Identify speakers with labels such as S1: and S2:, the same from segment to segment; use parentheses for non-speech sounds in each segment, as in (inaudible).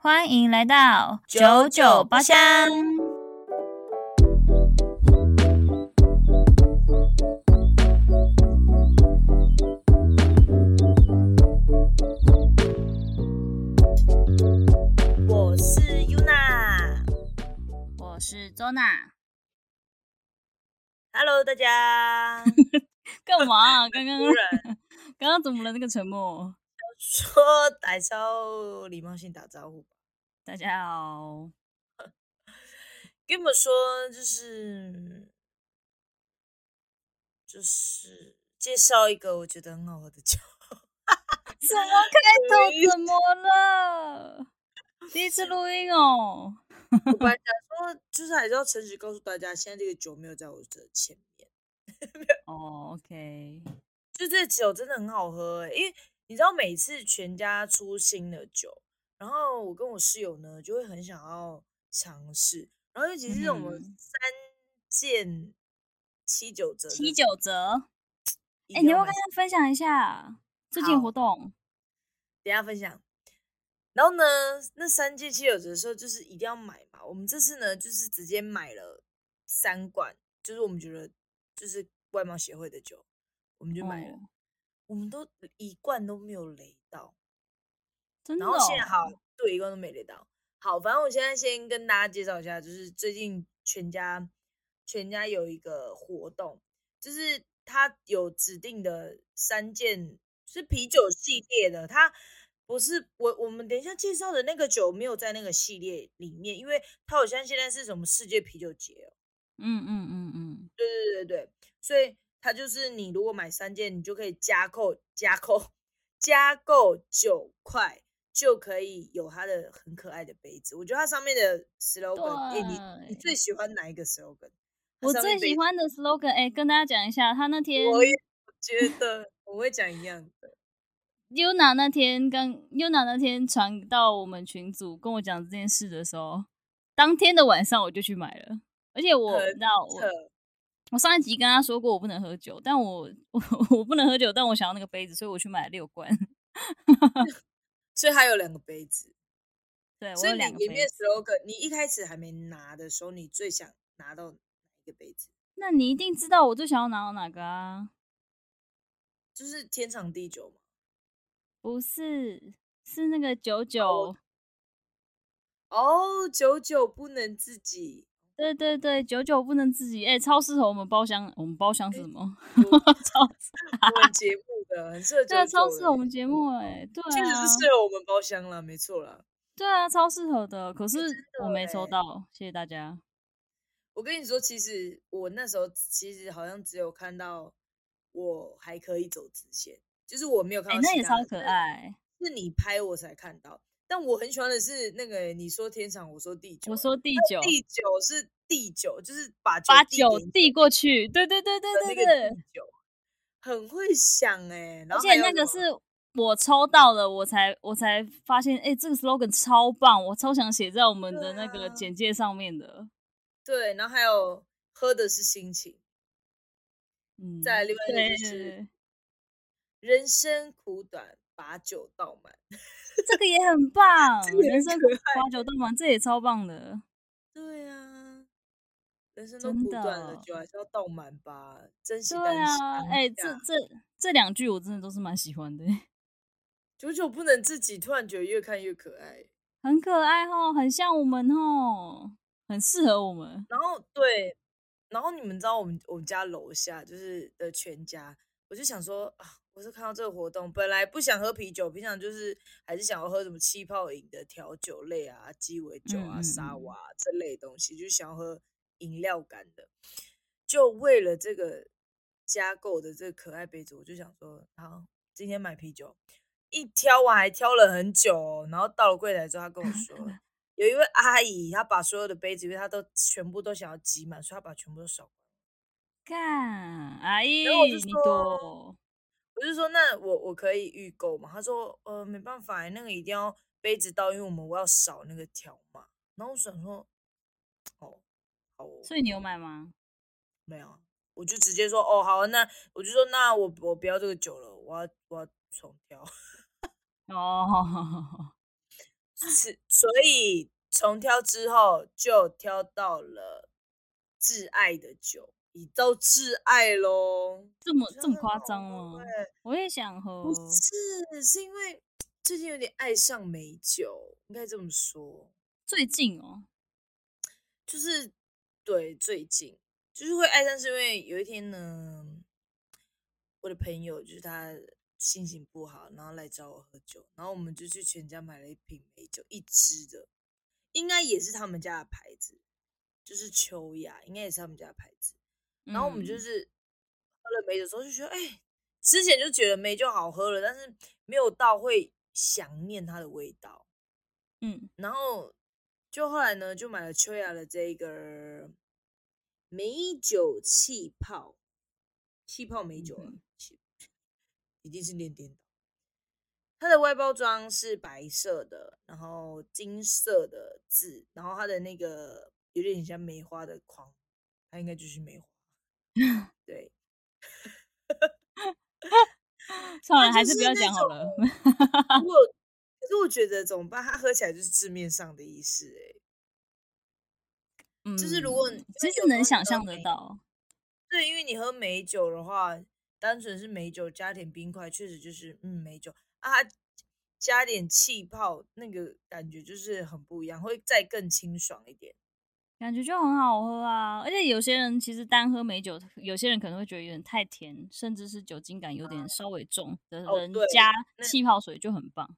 S1: 欢迎来到九九包厢。
S2: 我是 Yuna。
S1: 我是周娜。
S2: Hello，大家。
S1: 干嘛、刚刚
S2: 突然
S1: 刚刚怎么了？那个沉默。
S2: 说打招礼貌性打招呼吧。
S1: 大家好，
S2: 跟你们说，就是就是介绍一个我觉得很好喝的酒。
S1: 什么开
S2: 头
S1: 头？怎么了？第一次录音哦。
S2: 我本来想说，就是还是要诚实告诉大家，现在这个酒没有在我的前面。
S1: 哦，OK，
S2: 就这酒真的很好喝、欸，因为你知道每次全家出新的酒，然后我跟我室友呢就会很想要尝试，然后尤其是我们
S1: 嗯
S2: 三件七九折的，
S1: 七九折。
S2: 一
S1: 哎、
S2: 定
S1: 你要
S2: 要
S1: 不要跟
S2: 买
S1: 大家分享一下最近
S2: 好
S1: 活动？
S2: 等一下分享。然后呢，那三件七九折的时候就是一定要买嘛。我们这次呢就是直接买了三罐，就是我们觉得就是外贸协会的酒，我们就买了。
S1: 哦
S2: 我们都一罐都没有雷到，
S1: 真的、
S2: 然
S1: 哦
S2: 后？现在好，对，一罐都没雷到。好，反正我现在先跟大家介绍一下，就是最近全家全家有一个活动，就是它有指定的三件是啤酒系列的，它不是我我们等一下介绍的那个酒没有在那个系列里面，因为它好像现在是什么世界啤酒节哦，
S1: 嗯嗯嗯嗯，
S2: 对对对对，所以它就是你如果买三件，你就可以加购加购加购九块，就可以有它的很可爱的杯子。我觉得它上面的 slogan，哎、你
S1: 对
S2: 你最喜欢哪一个 slogan？它
S1: 我
S2: 上面
S1: 最喜
S2: 杯
S1: 欢的 slogan，哎、跟大家讲一下，他那天
S2: 子，我也觉得我会讲一样的，
S1: Yuna 那天刚 Yuna 那天传到我们群组跟我讲这件事的时候，当天的晚上我就去买了，而且我
S2: 很
S1: 你知道我
S2: 扯
S1: 我上一集跟他说过我不能喝酒，但我我我不能喝酒，但我想要那个杯子，所以我去买了六罐。
S2: 所以它有两个杯子，
S1: 对我
S2: 所以
S1: 有
S2: 你
S1: 两个
S2: 里面
S1: 杯子，
S2: slogan，你一开始还没拿的时候，你最想拿到哪一个杯子？
S1: 那你一定知道我最想要拿到哪个啊？
S2: 就是天长地久嘛。
S1: 不是，是那个九
S2: 哦
S1: 九，
S2: 哦，久久不能自己。
S1: 对对对，九九不能自己，哎、超适合我们包厢，我们包厢是什么？(laughs)
S2: 我
S1: 超 (laughs)
S2: 我们节目的，很适合
S1: 对啊，
S2: 九
S1: 超
S2: 九
S1: 适
S2: 的
S1: 合我们节目哎、对啊，
S2: 确实是适合我们包厢啦，没错啦。
S1: 对啊，超适合的，可是
S2: 的
S1: 我没抽
S2: 欸
S1: 到，谢谢大家。
S2: 我跟你说，其实我那时候其实好像只有看到我还可以走直线，就是我没有看
S1: 哎、
S2: 到。
S1: 那也超可，爱。
S2: 是你拍我才看到。但我很喜欢的是那个欸、你说天长，我说地久欸，
S1: 我说第
S2: 那
S1: 九，
S2: 地久是地久，就是把
S1: 把
S2: 酒
S1: 九
S2: 给你
S1: 递过去，对对对
S2: 的
S1: 对
S2: 那
S1: 对
S2: 个
S1: 对，
S2: 地久，很会想哎、然
S1: 而
S2: 后
S1: 且
S2: 还有
S1: 那
S2: 什
S1: 个
S2: 么
S1: 是我抽到了，我才我才发现，哎、这个 slogan 超棒，我超想写在我们的那
S2: 对
S1: 个
S2: 啊
S1: 简介上面的。
S2: 对，然后还有喝的是心情。
S1: 嗯，
S2: 再来另外一个
S1: 对对
S2: 就是
S1: 对
S2: 人生苦短，把酒倒满，
S1: 这个也很棒，
S2: (laughs) 这个也
S1: 人
S2: 很
S1: 生
S2: 可
S1: 八九洞房这也超棒的。
S2: 对啊，人生都
S1: 真
S2: 苦短了，
S1: 的
S2: 酒还是要倒满吧，珍惜
S1: 对
S2: 当
S1: 啊
S2: 下。，
S1: 哎、这这这两句我真的都是蛮喜欢的、
S2: 久久不能自己，突然觉得越看越可爱。
S1: 很可爱哦，很像我们哦，很适合我们。
S2: 然后对，然后你们知道我们我们家楼下就是的全家，我就想说啊，我是看到这个活动，本来不想喝啤酒，平常就是还是想要喝什么气泡饮的调酒类啊、鸡尾酒
S1: 嗯
S2: 啊、
S1: 嗯
S2: 沙
S1: 嗯
S2: 瓦、啊、这类东西，就想要喝饮料感的。就为了这个加购的这个可爱杯子，我就想说，好，今天买啤酒。一挑我还挑了很久、哦，然后到了柜台之后，他
S1: (laughs)
S2: 跟我说，有一位阿姨，她把所有的杯子，因为她都全部都想要挤满，所以她把全部都扫光。
S1: 干，阿姨，
S2: 后我就
S1: 你
S2: 说
S1: 多
S2: 我就说，那我我可以预购吗？她说，呃，没办法欸，那个一定要杯子到，因为我们我要扫那个条码。然后我想说，哦，好哦，
S1: 所以你有买吗？
S2: 没有啊，我就直接说，哦，好啊，那我就说，那我我不要这个酒了，我要我要重挑。
S1: 哦，
S2: (laughs) 是，所以重挑之后就挑到了挚爱的酒，已到挚爱喽。
S1: 这么
S2: 我觉得
S1: 这么
S2: 很
S1: 夸
S2: 好
S1: 张
S2: 喝
S1: 哦！
S2: 欸
S1: 我也想喝
S2: 不，是，是因为最近有点爱上美酒，应该这么说，
S1: 最近哦，
S2: 就是对最近就是会爱上，是因为有一天呢，我的朋友就是他心情不好，然后来找我喝酒，然后我们就去全家买了一瓶美酒，一支的，应该也是他们家的牌子，就是秋雅，应该也是他们家的牌子。然后我们就
S1: 嗯
S2: 是喝了美酒之后就觉得，哎、之前就觉得美酒好喝了，但是没有到会想念它的味道。
S1: 嗯
S2: 然后就后来呢，就买了秋雅的这个美酒气泡，气泡美酒了
S1: 嗯，
S2: 气一定是念颠倒。它的外包装是白色的，然后金色的字，然后它的那个有点像梅花的框，它应该就是梅花。对，
S1: 算了，
S2: 它
S1: 还
S2: 就是
S1: 不要
S2: 那
S1: 讲好
S2: 种
S1: 了。 (laughs)
S2: 如果可是我觉得怎么办？它喝起来就是字面上的意思、欸，
S1: 嗯，
S2: 是如果你
S1: 其
S2: 因为
S1: 实
S2: 有时候
S1: 能
S2: 你
S1: 想
S2: 喝
S1: 象得
S2: 美
S1: 到，
S2: 对，因为你喝美酒的话，单纯是美酒加点冰块，确实就是嗯美酒啊，它加点气泡，那个感觉就是很不一样，会再更清爽一点。
S1: 感觉就很好喝啊。而且有些人其实单喝美酒，有些人可能会觉得有点太甜，甚至是酒精感有点稍微重的
S2: 啊哦
S1: 人
S2: 对
S1: 加
S2: 那
S1: 气泡水就很棒。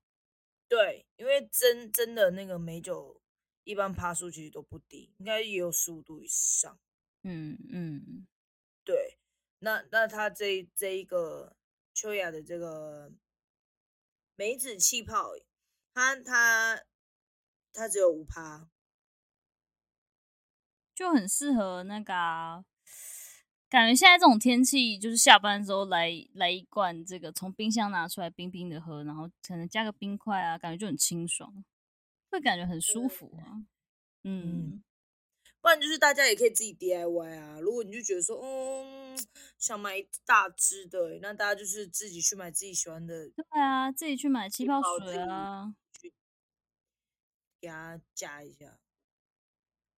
S2: 对，因为真真的那个美酒一般趴数其实都不低，应该也有十五度以上。
S1: 嗯嗯，
S2: 对，那那它这一这一个秋雅的这个梅子气泡，它它它只有五趴，
S1: 就很适合那个啊、感觉现在这种天气，就是下班之后来来一罐这个，从冰箱拿出来冰冰的喝，然后可能加个冰块啊，感觉就很清爽，会感觉很舒服啊。嗯
S2: 不然就是大家也可以自己 DIY 啊。如果你就觉得说，嗯，想买一大支的，欸那大家就是自己去买自己喜欢的，
S1: 对啊，自己去买气
S2: 气
S1: 泡
S2: 泡
S1: 水
S2: 自己
S1: 啊，
S2: 给它加一下。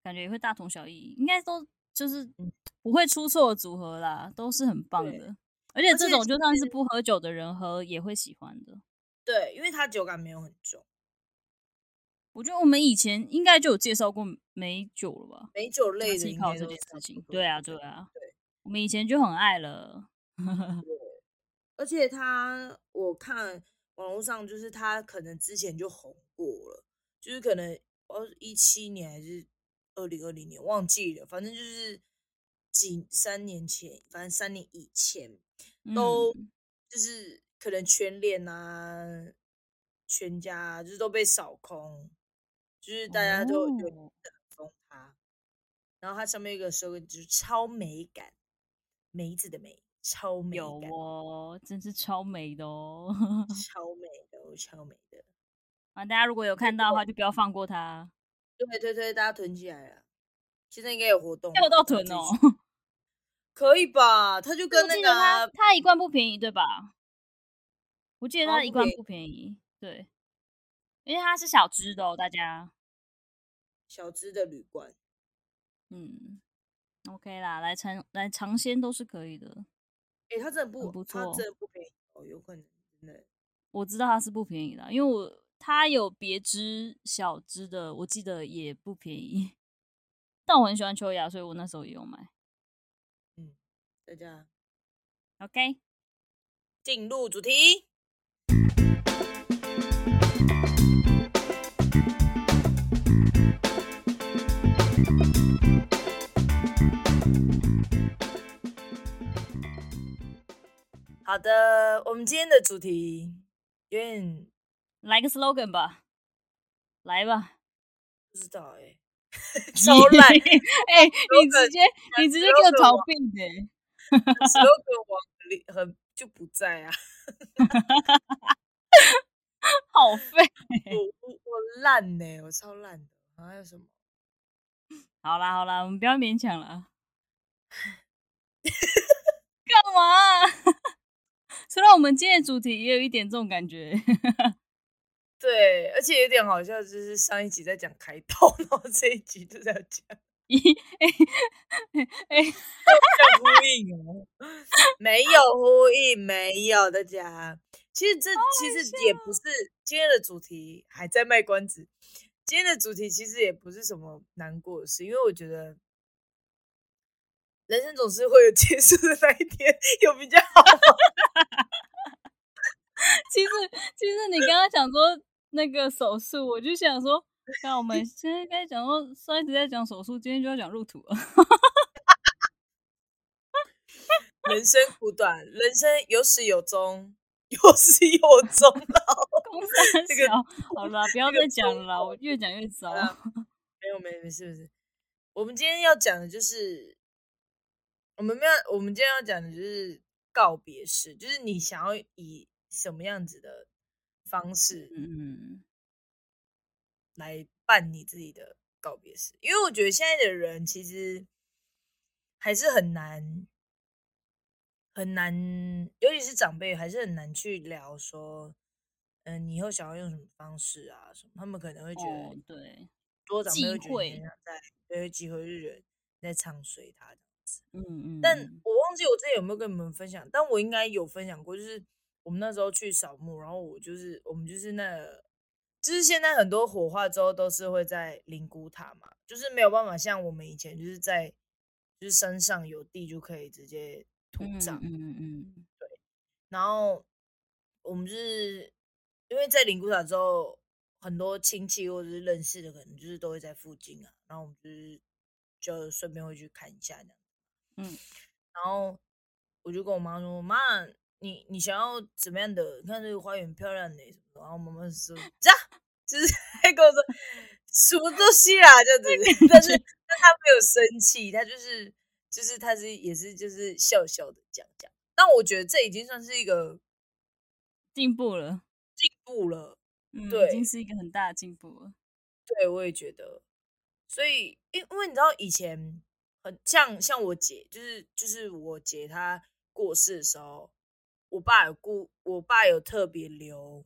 S1: 感觉也会大同小异，应该都就是
S2: 嗯
S1: 不会出错的组合啦，都是很棒
S2: 对
S1: 的。而且
S2: 而
S1: 这
S2: 且
S1: 种
S2: 其
S1: 就算是
S2: 实
S1: 不喝酒的人喝也会喜欢的。
S2: 对，因为它酒感没有很重，
S1: 我觉得我们以前应该就有介绍过美酒了吧？
S2: 美酒
S1: 加
S2: 类的
S1: 气
S2: 应
S1: 啊泡
S2: 该
S1: 这
S2: 都
S1: 件
S2: 差不
S1: 事情，
S2: 多
S1: 对啊，对啊，我们以前就很爱了。
S2: 而且它，我看网络上就是它可能之前就红过了，就是可能哦一七年还是二零二零年忘记了，反正就是几三年前，反正三年以前都
S1: 嗯、
S2: 就是可能全脸啊、全家啊就是都被扫空，就是大家都有
S1: 哦
S2: 跟风它。然后它上面有一个 slogan 就是超美感，梅子的梅，超美
S1: 有
S2: 感，
S1: 哦，真是超美的哦！ (laughs)
S2: 超美的哦，超美的。
S1: 啊，大家如果有看到的话，就不要放过它，
S2: 对对对，大家囤起来了，现在应该有活动了，
S1: 要到
S2: 大家
S1: 囤
S2: 自己
S1: 哦。
S2: 去可以吧？它就跟
S1: 我
S2: 那
S1: 记
S2: 个
S1: 得它
S2: 啊、
S1: 它一罐不便宜，对吧？我记得
S2: 好
S1: 它
S2: 像
S1: 一
S2: 不
S1: 罐
S2: 便宜
S1: 不便宜，对，因为它是小支的哦，大家。
S2: 小资的旅馆，
S1: 嗯，OK 啦，来尝来尝鲜都是可以的。
S2: 哎，它真的不，
S1: 很不
S2: 它
S1: 错
S2: 真的不便宜哦，有可能真的。
S1: 我知道它是不便宜的，啊因为我它有别支小支的，我记得也不便宜。 (laughs) 但我很喜欢秋雅，所以我那时候也有买。
S2: 大家
S1: OK，
S2: 进入主题，好的，我们今天的主题有点
S1: 来个 slogan 吧，来吧，
S2: 不知道 (laughs) 哎、超
S1: (laughs)
S2: 烂
S1: 哎、你直
S2: slogan，
S1: 接你直接给我
S2: slogan
S1: 逃
S2: 王
S1: 避的、欸
S2: ，slogan 王很厉很就不在啊，
S1: 好废。 (laughs)
S2: 我我我烂呢、我超烂的，然后还有什么？
S1: 好啦好啦，我们不要勉强了。啊干啊 (laughs) 嘛？虽然我们今天的主题也有一点这种感觉，
S2: 对，而且有点好笑，就是上一集在讲开刀， (laughs) 然后这一集就在讲 (laughs) 在呼应哦，没有呼应，没有大家。其实这其实也不是今天的主题，还在卖关子。今天的主题其实也不是什么难过的事，因为我觉得人生总是会有 (laughs) 结束的那一天，有比较 (laughs) 好。
S1: 其实其实你刚刚讲说那个手术，我就想说，那我
S2: (laughs)
S1: 们现在该讲说上一直在讲手术，今天就要讲入土了。 (laughs)
S2: 人生苦短，人生有始有终，有始有终。
S1: 公
S2: (laughs)
S1: 司很
S2: 这个
S1: 小，好
S2: (laughs)
S1: 啦，不要
S2: 这个
S1: 再讲
S2: 中
S1: 了啦，我越讲越糟。
S2: 啊没有，没有，没事，没事。我们今天要讲的就是，我们没有，我们今天要讲的就是告别式，就是你想要以什么样子的方式
S1: 嗯，
S2: 来办你自己的告别式，因为我觉得现在的人其实还是很难，很难，尤其是长辈，还是很难去聊说，嗯、你以后想要用什么方式啊什么，他们可能会觉得。
S1: 哦，对，
S2: 多长辈会
S1: 忌
S2: 觉得你
S1: 讳
S2: 很像在对机会日人在唱衰他。
S1: 嗯嗯，
S2: 但
S1: 嗯
S2: 我忘记我之前有没有跟你们分享，但我应该有分享过，就是我们那时候去扫墓，然后我就是我们就是那个，就是现在很多火化之后都是会在灵骨塔嘛，就是没有办法像我们以前就是在就是山上有地就可以直接土葬，
S1: 嗯嗯嗯
S2: 然后我们就是因为在灵骨塔之后，很多亲戚或者是认识的，可能就是都会在附近啊，然后我们就是就顺便会去看一下这样。
S1: 嗯，
S2: 然后我就跟我妈说：“妈，你你想要怎么样的？你看这个花园很漂亮呢、什么的。”然后我妈妈说：“这样。”就是 (laughs) 在跟我说什么东西啦，这样子。但是但她没有生气，她就是就是她是也是就是笑笑的讲讲。但我觉得这已经算是一个
S1: 进步了，
S2: 进步了，
S1: 嗯，
S2: 对
S1: 已经是一个很大的进步了。
S2: 对我也觉得。所以，因因为你知道以前很像像我姐，就是就是我姐她过世的时候，我爸有顾，我爸有特别留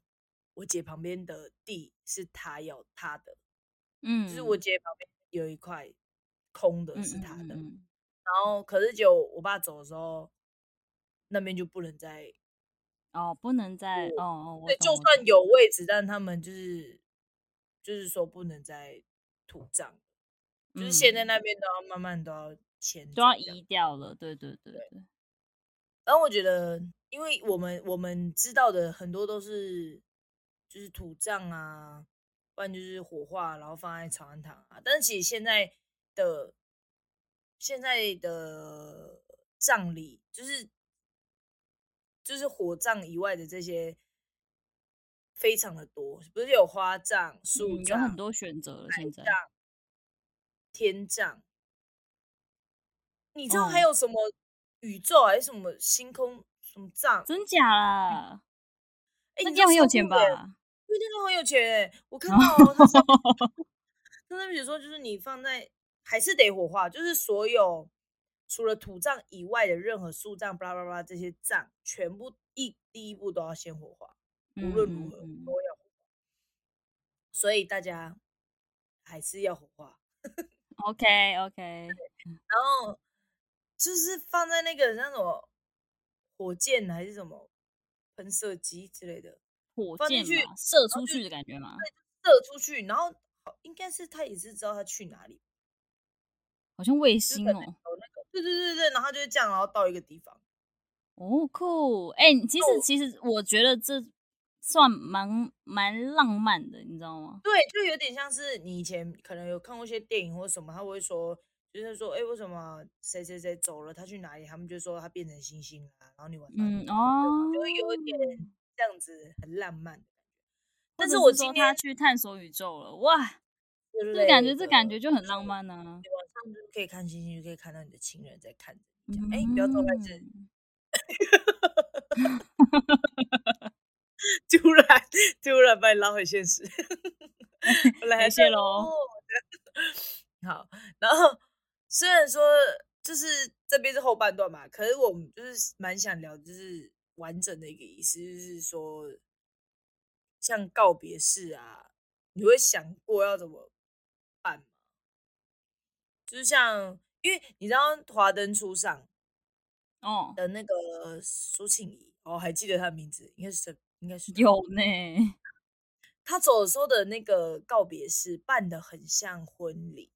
S2: 我姐旁边的地是他要他的，
S1: 嗯，
S2: 就是我姐旁边有一块空的
S1: 嗯
S2: 是他的，
S1: 嗯嗯嗯
S2: 然后可是就我爸走的时候，那边就不能再
S1: 哦，不能再
S2: 我
S1: 哦哦，我
S2: 对，
S1: 懂
S2: 就算有位置，但他们就是就是说不能再土葬，就是现在
S1: 嗯
S2: 那边都要慢慢都要迁，
S1: 都要移。掉了，对对对对，
S2: 然后我觉得，因为我们我们知道的很多都是就是土葬啊，不然就是火化，然后放在长安堂啊。但是其实现在的现在的葬礼，就是就是火葬以外的这些。非常的多，不是有花葬、树
S1: 嗯有
S2: 葬、
S1: 很多选择了，现在
S2: 天葬。你知道还
S1: 哦
S2: 有什么宇宙还是什么星空什么葬？
S1: 真假啦，
S2: 哎、
S1: 那
S2: 你
S1: 这
S2: 知道
S1: 样很有
S2: 超
S1: 钱
S2: 酷的欸
S1: 吧？
S2: 对，那个很有钱欸、
S1: (laughs)
S2: 我看到哦他上面他那边写说，就是你放在还是得火化，就是所有除了土葬以外的任何树葬、巴拉巴拉这些葬，全部一第一步都要先火化，无论如何
S1: 嗯嗯嗯
S2: 都要火化。所以大家还是要火化。
S1: OK OK，
S2: 然后就是放在那个那种火箭还是什么喷射机之类的
S1: 火
S2: 放进
S1: 箭
S2: 去
S1: 嘛，射
S2: 后
S1: 出
S2: 就
S1: 去的感觉嘛，
S2: 射出去，然后好应该是他也是知道他去哪里，
S1: 好像卫
S2: 就是
S1: 星
S2: 可
S1: 哦
S2: 能、有那个对对对对，然后他就是这样，然后到一个地方，
S1: 哦，酷！哎、其实
S2: 就
S1: 其实我觉得这算蛮蛮浪漫的，你知道吗？
S2: 对，就有点像是你以前可能有看过一些电影或什么，他会说。就是说，哎、为什么谁谁谁走了，他去哪里？他们就说他变成星星了、然后你晚上
S1: 嗯
S2: 就
S1: 哦，
S2: 就会有一点这样子很浪漫的感觉。
S1: 或
S2: 但
S1: 者
S2: 我
S1: 是说
S2: 今
S1: 他
S2: 天
S1: 去探索宇宙了，哇，
S2: 之
S1: 这感觉
S2: 类
S1: 这感
S2: 的
S1: 觉就很浪漫啊！
S2: 你晚上就是可以看星星，就可以看到你的亲人在看着你这样。哎、你不要做白痴！
S1: 嗯，
S2: 突然突然把你拉回现实， (laughs) 本来
S1: 没
S2: 还
S1: 事
S2: 在
S1: 咯
S2: 哦。 (laughs) 好，然后虽然说就是这边是后半段嘛，可是我们就是蛮想聊，就是完整的一个仪式，就是说像告别式啊，你会想过要怎么办吗？就是像，因为你知道《华灯初上》
S1: 哦，
S2: 的那个苏庆仪，哦，还记得她的名字，应该是谁应该是她
S1: 有呢，
S2: 她走的时候的那个告别式办的很像婚礼。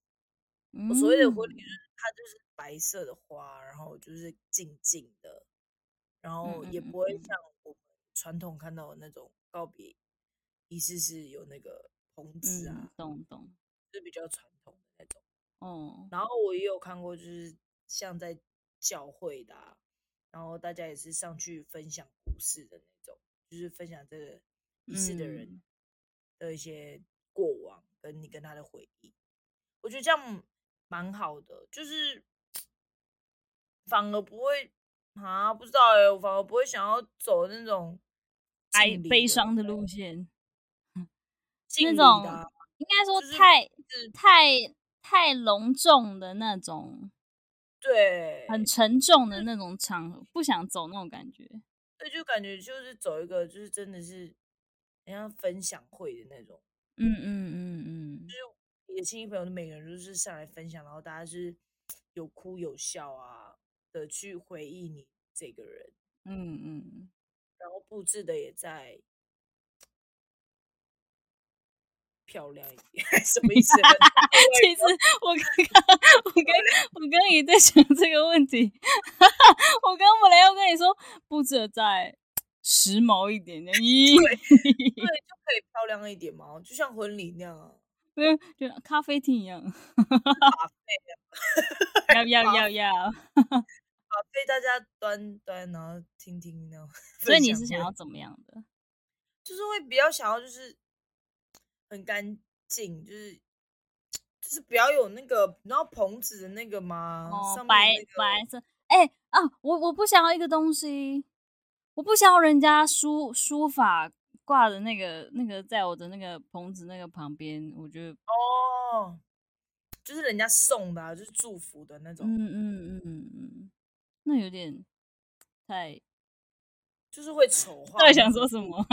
S2: (laughs) 我
S1: 我
S2: 所谓的
S1: 嗯
S2: 婚礼，就是它就是白色的花，然后就是静静的，然后也
S1: 嗯嗯
S2: 不会
S1: 嗯
S2: 像我们传统看到的那种告别仪式是有那个棚子啊，
S1: 嗯，懂懂，
S2: 是比较传统的那种。
S1: 哦，
S2: 然后我也有看过，就是像在教会的、啊，然后大家也是上去分享故事的那种，就是分享这个仪式的人
S1: 嗯
S2: 的一些过往，跟你跟他的回忆。我觉得这样蛮好的，就是反而不会啊，不知道哎、我反而不会想要走那种
S1: 哀
S2: 敬礼
S1: 悲伤的
S2: 对
S1: 路线，
S2: 敬
S1: 那
S2: 礼的
S1: 种
S2: 啊
S1: 应该说
S2: 就是
S1: 太
S2: 是
S1: 太太隆重的那种，
S2: 对，
S1: 很沉重的那种场合，不想走那种感觉。
S2: 对，就感觉就是走一个，就是真的是很像分享会的那种，
S1: 嗯嗯嗯
S2: 你的亲戚朋友每个人就是上来分享，然后大家是有哭有笑啊的去回忆你这个人，
S1: 嗯嗯
S2: 然后布置的也在漂亮一点， (laughs) 什么意思？
S1: 嗯。 (laughs) 其实我
S2: (laughs)
S1: 刚刚我刚我刚刚也在想这个问题， (laughs) 我刚本来要跟你说，布置得再时髦一点点，咦，
S2: 对，就可以漂亮一点嘛，就像婚礼那样啊。
S1: 没有就咖啡厅一样。
S2: 啊
S1: (laughs) 要
S2: (laughs)
S1: 要要要，
S2: 把被大家端端，然后听听那种 (laughs) 分享会。
S1: 所以你是想要怎么样的？
S2: 就是会比较想要就是很干净，就是就是不要有那个，然后棚子的那个嘛，
S1: 哦
S2: 上，面
S1: 白
S2: 有那个
S1: 白色，哎、啊，我我不想要一个东西，我不想要人家书书法挂的那个那个，在我的那个棚子那个旁边，我觉得，
S2: 哦，就是人家送的、啊，就是祝福的那种，
S1: 嗯嗯嗯嗯嗯，那有点太，
S2: 就是会丑化。
S1: 到底想说什？么？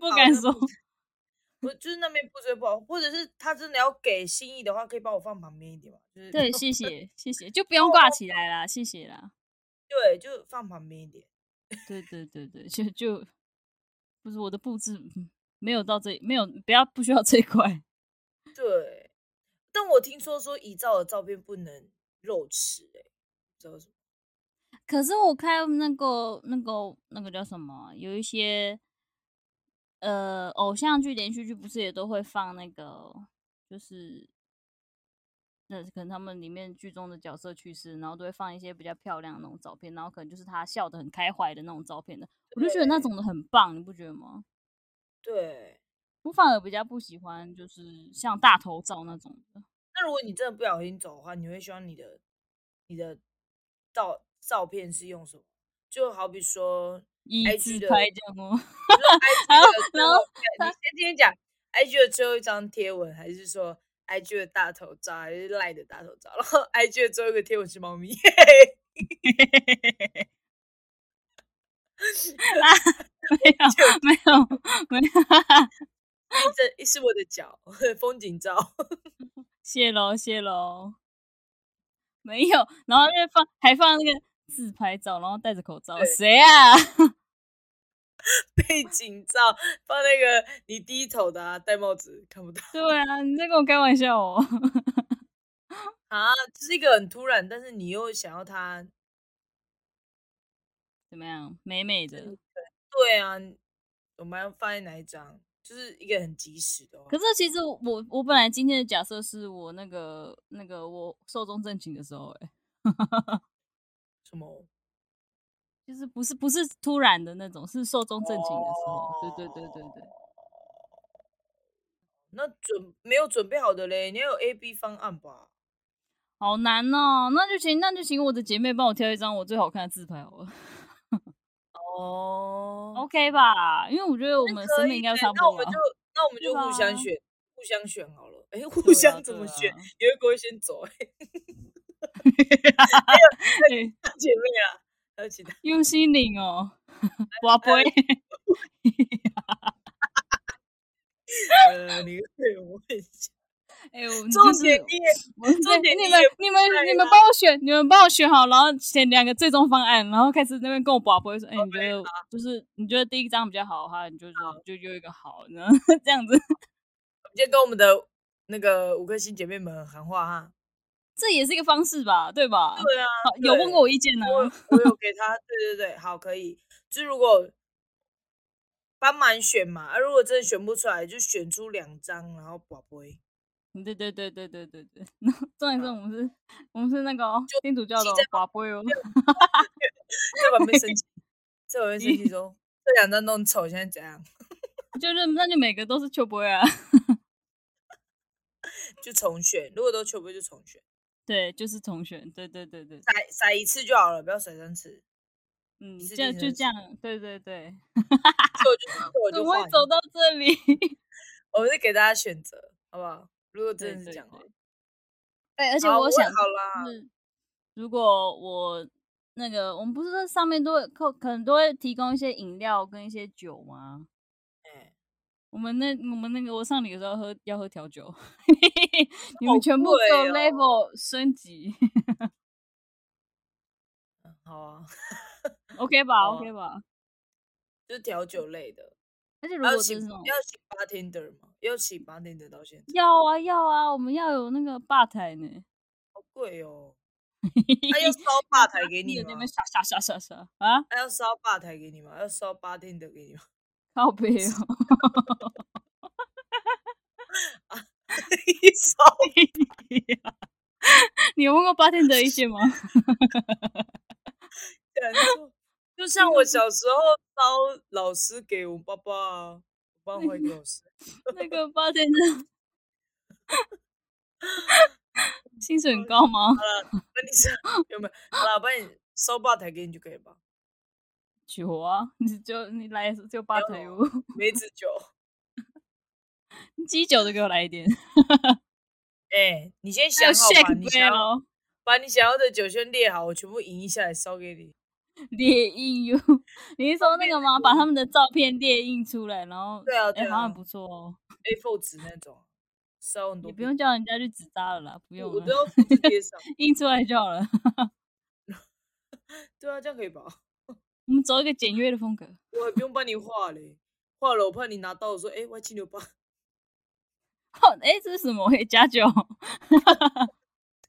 S1: 不
S2: 好
S1: 敢
S2: 那
S1: (laughs) 说
S2: 不我就是那边布置得不好，或者是他真的要给心意的话，可以帮我放旁边一点嘛，就是
S1: 对，谢谢谢谢，就不用挂起来啦，谢谢啦。
S2: 对，就放旁边一点。
S1: 对对对对，就就不是我的布置嗯没有到这，没有不要不需要这一块。
S2: 对，但我听说说遗照的照片不能肉吃、欸，哎，不知道为什么。
S1: 可是我看那个那个那个叫什么，有一些呃偶像剧、连续剧不是也都会放那个，就是那可能他们里面剧中的角色去世，然后都会放一些比较漂亮的那种照片，然后可能就是他笑得很开怀的那种照片的，我就觉得那种的很棒，你不觉得吗？
S2: 对，
S1: 我反而比较不喜欢，就是像大头照那种的。
S2: 那如果你真的不小心走的话，你会希望你的你的照照片是用什么？就好比说，
S1: 一
S2: IG
S1: 字
S2: 的
S1: 拍这样吗？
S2: 你说
S1: 哦
S2: IG
S1: (laughs) 然后
S2: 的最
S1: 然
S2: (laughs) 后
S1: 后
S2: 一个你先先讲 IG 的最后一张贴文，还是说 IG 的大头照，还是赖的大头照？然后 IG 的最后一个贴文是猫咪， (laughs)
S1: 没有没有没有，
S2: 这是我的脚，风景照。
S1: 谢喽谢喽，没有，然后就放还放那个自拍照，然后戴着口罩，
S2: 对
S1: 谁
S2: (laughs)
S1: 啊？ (laughs)
S2: 背景照放那个你低头的、啊、戴帽子看不到 (laughs)
S1: 对啊，你在跟我开玩笑哦。 (laughs)
S2: 啊，就是一个很突然，但是你又想要它，
S1: 怎么样，美美的？
S2: 对啊，我们要放在哪一张？就是一个很及时的哦、
S1: 可是其实我我本来今天的假设是我那个那个我寿终正寝的时候、欸，
S2: 什么？
S1: 就是不是不是突然的那种，是寿终正寝的时候。对对对对对，
S2: 那准没有准备好的嘞？你要有 A B 方案吧？
S1: 好难哦、那就请那就请我的姐妹帮我挑一张我最好看的自拍好了。
S2: 哦
S1: OK 吧，因为我觉得我们审美应该差不
S2: 那我
S1: 多啊
S2: 们
S1: 吧
S2: 就。那我们就
S1: 对
S2: 互相
S1: 吧
S2: 选，互相选好了。哎、
S1: 对
S2: 互
S1: 啊
S2: 相怎么选？？有一个会
S1: (laughs)
S2: 先走、哎，
S1: 对啊
S2: 姐妹啊， (laughs) 还有其他 (laughs)
S1: 用心领哦，哇不会，
S2: 呃，你可以问一下。
S1: 哎、我
S2: 重点你也
S1: 我们
S2: 重
S1: 这
S2: 点
S1: 你
S2: 你
S1: 们
S2: 也不
S1: 你们
S2: 在啊
S1: 你们帮我选，你们帮我选好，然后选两个最终方案，然后开始那边跟我宝宝说，哎、你觉得
S2: 啊
S1: 就是你觉得第一张比较好的话，你就说就就有一个好，然后 (laughs) 这样子，
S2: 先跟我们的那个五颗星姐妹们喊话哈。
S1: 这也是一个方式吧，对吧？
S2: 对啊，
S1: 好有问
S2: 对
S1: 过我意见啊呢、
S2: 我
S1: (laughs)
S2: 我有给他，对对对，好，可以。就如果帮忙选嘛，啊，如果真的选不出来，就选出两张，然后宝贝
S1: 对对对对对对 (laughs) 对。然后重点是我们是，我们是那个、哦、天主教
S2: 记
S1: 的
S2: 在
S1: 宝贝哦，
S2: 在旁边生气，在旁边生气说这两张都很丑，现在怎样？
S1: (laughs) 就是那就每个都是秋波啊。 (laughs)
S2: 就重选，如果都球不会就重选，
S1: 对，就是重选，对对对对，
S2: 甩甩一次就好了，不要甩三次。
S1: 嗯，
S2: 一次
S1: 这样
S2: 竞
S1: 就
S2: 争
S1: 这样，对对对，
S2: 所以我就所以我
S1: (laughs) 怎
S2: 就
S1: 么
S2: 换
S1: 会，走到这里？
S2: 我们是给大家选择，好不好？如果
S1: 对
S2: 真的是
S1: 对
S2: 这样的话
S1: 对，哦哎、而且
S2: 好
S1: 我
S2: 问
S1: 想嗯
S2: 好啦，
S1: 就是如果我那个，我们不是说上面都会可可能都会提供一些饮料跟一些酒吗？
S2: 哎
S1: 我们那我们那个我上礼的时候喝要喝调酒， (laughs) 你们
S2: 好
S1: 全部给我
S2: 贵哦
S1: level 升级
S2: 嗯好啊， (laughs)
S1: ，OK 吧
S2: 好啊
S1: ？OK 吧？
S2: 就是调酒类的。
S1: 而嗯且如
S2: 要
S1: 果
S2: 请
S1: 真是那种
S2: 要请 bartender 吗？要请 bartender 到现在，
S1: 要啊要啊，我们要有那个吧台呢，
S2: 好
S1: (laughs)
S2: 贵哦。他、要烧吧台给你
S1: 在 (laughs) 那
S2: 吗
S1: 边？刷刷刷刷刷啊，
S2: 他、要烧吧台给你吗？要烧 bartender 给你吗？ (laughs)
S1: (laughs) 靠背哦。
S2: 烧
S1: (laughs) 你有问过八天的意见
S2: (laughs)
S1: 吗？
S2: 钱
S1: (laughs)
S2: 就就像我小时候烧老师给我爸爸啊，我
S1: (laughs)
S2: 爸会给老师。
S1: 那个八天的 (laughs) 薪水很高吗？
S2: 那你说有没有？好了，我帮你烧吧台给你就可以了吧？
S1: 酒啊，你就你来的时候就八台哦，
S2: 梅子酒，
S1: 鸡酒都给我来一点，
S2: 哎、你先
S1: 还有
S2: (laughs) 想好吧，你
S1: shake
S2: 想
S1: 杯
S2: 要
S1: 哦，
S2: 把你想要的酒先列好，我全部赢一下来烧给你。
S1: 列印哟。 (laughs) 你是说那个吗？把他们的照片列印出来，然后
S2: 对啊
S1: 哎
S2: 对
S1: 好像很
S2: 啊
S1: 不错哦。
S2: A4 纸那种，烧很多
S1: 也
S2: 遍。
S1: 不用叫人家去纸扎了啦，不用
S2: 我都
S1: 了，
S2: 要复制贴 (laughs) 上。
S1: (laughs) 印出来就好了。 (laughs)
S2: 对啊，这样可以吧？
S1: 我们走一个简约的风格。
S2: 我还不用帮你画嘞，画了我怕你拿到说，哎、我要七牛八，
S1: 哦，哎，这是什么？哎，假酒？ (laughs)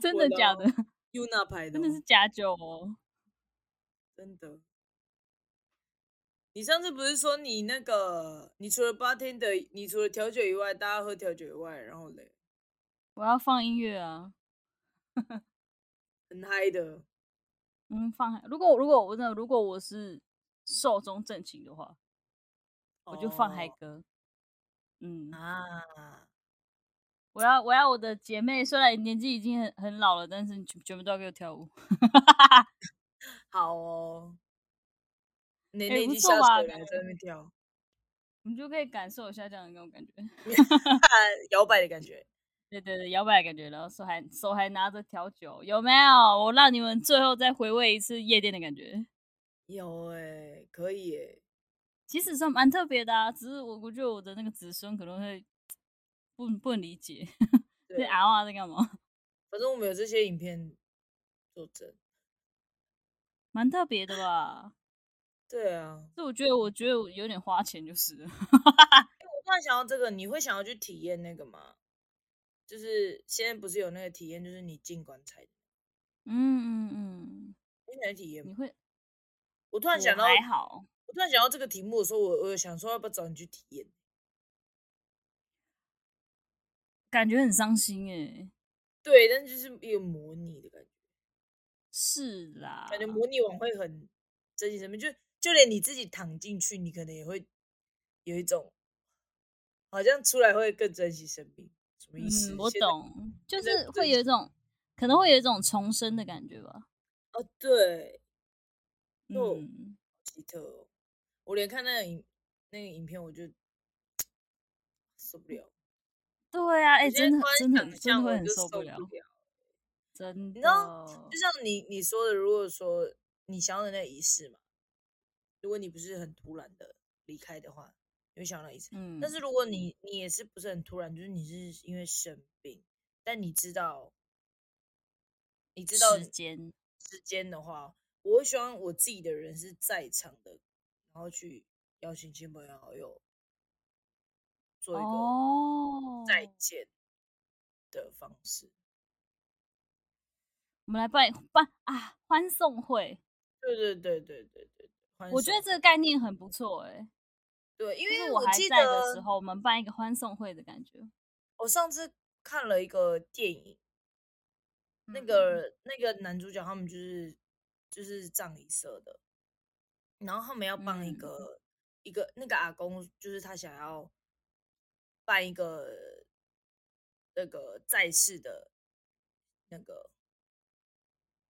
S1: 真的
S2: 我的
S1: 假的？
S2: 又那牌的
S1: 真
S2: 哦，
S1: 的是假酒哦。
S2: 真的。你上次不是说你那个，你除了八天的，你除了调酒以外，大家喝调酒以外，然后嘞，
S1: 我要放音乐啊，
S2: 很嗨的，
S1: 嗯，放。如果如果我真的如果我是寿终正寝的话，我就放嗨
S2: 哦
S1: 歌。嗯，
S2: 啊，
S1: 我要我要我的姐妹，虽然年纪已经很很老了，但是你全全部都要给我跳舞。 (laughs)
S2: 好哦。你
S1: 哎
S2: 那已
S1: 不
S2: 经
S1: 错
S2: 下
S1: 吧
S2: 水了，
S1: 感
S2: 还在那边跳，
S1: 你就可以感受一下这样的那种感觉，
S2: 摇摆的感觉。
S1: 对对对，摇摆的感觉，然后手还手还拿着调酒，有没有？我让你们最后再回味一次夜店的感觉。
S2: 有哎、可以哎、
S1: 其实算蛮特别的啊，只是我我觉得我的那个子孙可能会不不能理解， (laughs) 这
S2: 对
S1: 阿妈在干嘛？ (laughs)
S2: 反正我们有这些影片作证。
S1: 蛮特别的吧？
S2: 对啊，
S1: 所以我觉得，我觉得我有点花钱就是了。 (laughs)
S2: 我突然想到这个，你会想要去体验那个吗？就是现在不是有那个体验，就是你进棺材，
S1: 嗯嗯
S2: 你想去体验
S1: 嗯，
S2: 吗
S1: 你？会
S2: 我突然想
S1: 我
S2: 到，
S1: 还好，
S2: 我突然想到这个题目的时候，我我有想说要不要找你去体验？
S1: 感觉很伤心哎、
S2: 对，但就是一个模拟的感觉，
S1: 是啦，
S2: 感觉模拟完会很真心什么，就就连你自己躺进去，你可能也会有一种好像出来会更珍惜生命，什么意思？
S1: 嗯，我
S2: 现在。
S1: 懂，就
S2: 现在
S1: 是
S2: 最
S1: 会有一种可能会有一种重生的感觉吧。
S2: 哦，对，哦
S1: 嗯，
S2: 奇特哦，我连看那个影那个影片我就受不了。
S1: 对嗯啊，哎、
S2: 我今天
S1: 真的
S2: 突
S1: 真
S2: 然
S1: 的真的
S2: 想象
S1: 会
S2: 我
S1: 很
S2: 就
S1: 受
S2: 不
S1: 了，真
S2: 你
S1: 的
S2: 知道，就像你你说的，如果说你想要的那个仪式嘛，如果你不是很突然的离开的话，你会想到一次。
S1: 嗯，
S2: 但是如果你你也是不是很突然，就是你是因为生病，但你知道你知道
S1: 时间，
S2: 时间的话，我会希望我自己的人是在场的，然后去邀请亲朋好友做一个
S1: 哦，
S2: 再见的方式。
S1: 我们来办办啊欢送会，
S2: 对对对对对对，欢
S1: 我觉得
S2: 送
S1: 这个概念很不错哎、
S2: 对，因
S1: 就是
S2: 为
S1: 我还
S2: 记得
S1: 在的时候，我们办一个欢送会的感觉。
S2: 我上次看了一个电影，
S1: 嗯
S2: 那个那个男主角他们就是就是葬礼社的，然后他们要帮一
S1: 嗯
S2: 个、一个那个阿公，就是他想要办一个那个在世的那个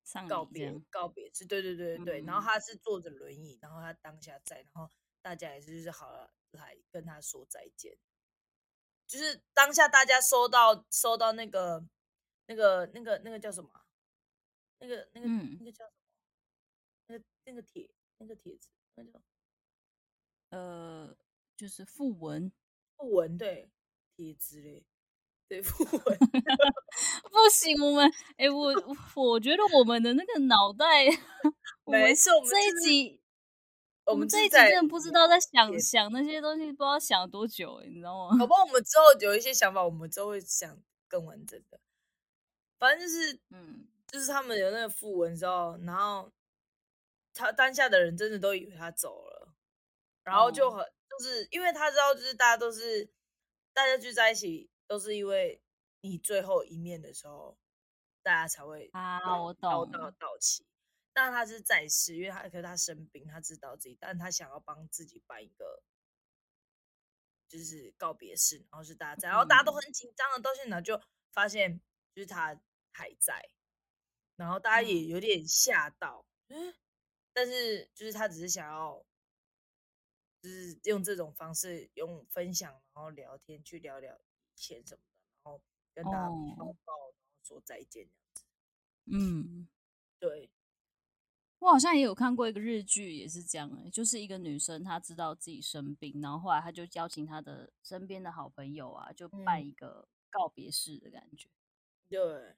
S1: 上
S2: 告别告别式，对对对对对。然后
S1: 嗯
S2: 他是坐着轮椅，然后他当下在，然后大家也是就是好了来跟他说再见，就是当下大家收到收到那个那个那个那个叫什么啊、那个那个、
S1: 嗯
S2: 那个叫什么？那个那个帖那个帖子那叫
S1: 呃，就是讣文， (laughs)
S2: 不文对帖子嘞，对不文
S1: 不行，我们哎、
S2: (laughs)
S1: 我我我觉得我们的那个脑袋， (laughs) 我
S2: 没
S1: 们
S2: 事，我们
S1: 这
S2: 就
S1: 一
S2: 是
S1: 集，
S2: 我
S1: 们
S2: 们
S1: 这一集
S2: 在嗯
S1: 真的不知道在想
S2: 解
S1: 想那些东西，不知道想多久、哎，你知道
S2: (laughs)
S1: 吗？
S2: 好吧，我们之后有一些想法，我们之后会想更完整的。反正就是
S1: 嗯，
S2: 就是他们有那个讣文之后，然后他当下的人真的都以为他走了，然后就
S1: 哦
S2: 很、就是因为他知道，就是大家都是大家聚在一起，都是因为你最后一面的时候，大家才会
S1: 啊，我
S2: 到
S1: 懂，
S2: 到到齐。但他是在世，因为他可是他生病，他知道自己，但他想要帮自己办一个就是告别式，然后是大家在，然后大家都
S1: 嗯
S2: 很紧张的，到现场就发现就是他还在，然后大家也
S1: 嗯
S2: 有点吓到，嗯，但是就是他只是想要。就是用这种方式，用分享，然后聊天，去聊聊以前什么的，然后跟大家
S1: 哦
S2: 抱抱，然后说再见。
S1: 嗯。
S2: 对，
S1: 我好像也有看过一个日剧，也是这样、欸，就是一个女生她知道自己生病，然后后来她就邀请她的身边的好朋友啊，就办
S2: 嗯
S1: 一个告别式的感觉。
S2: 对，嗯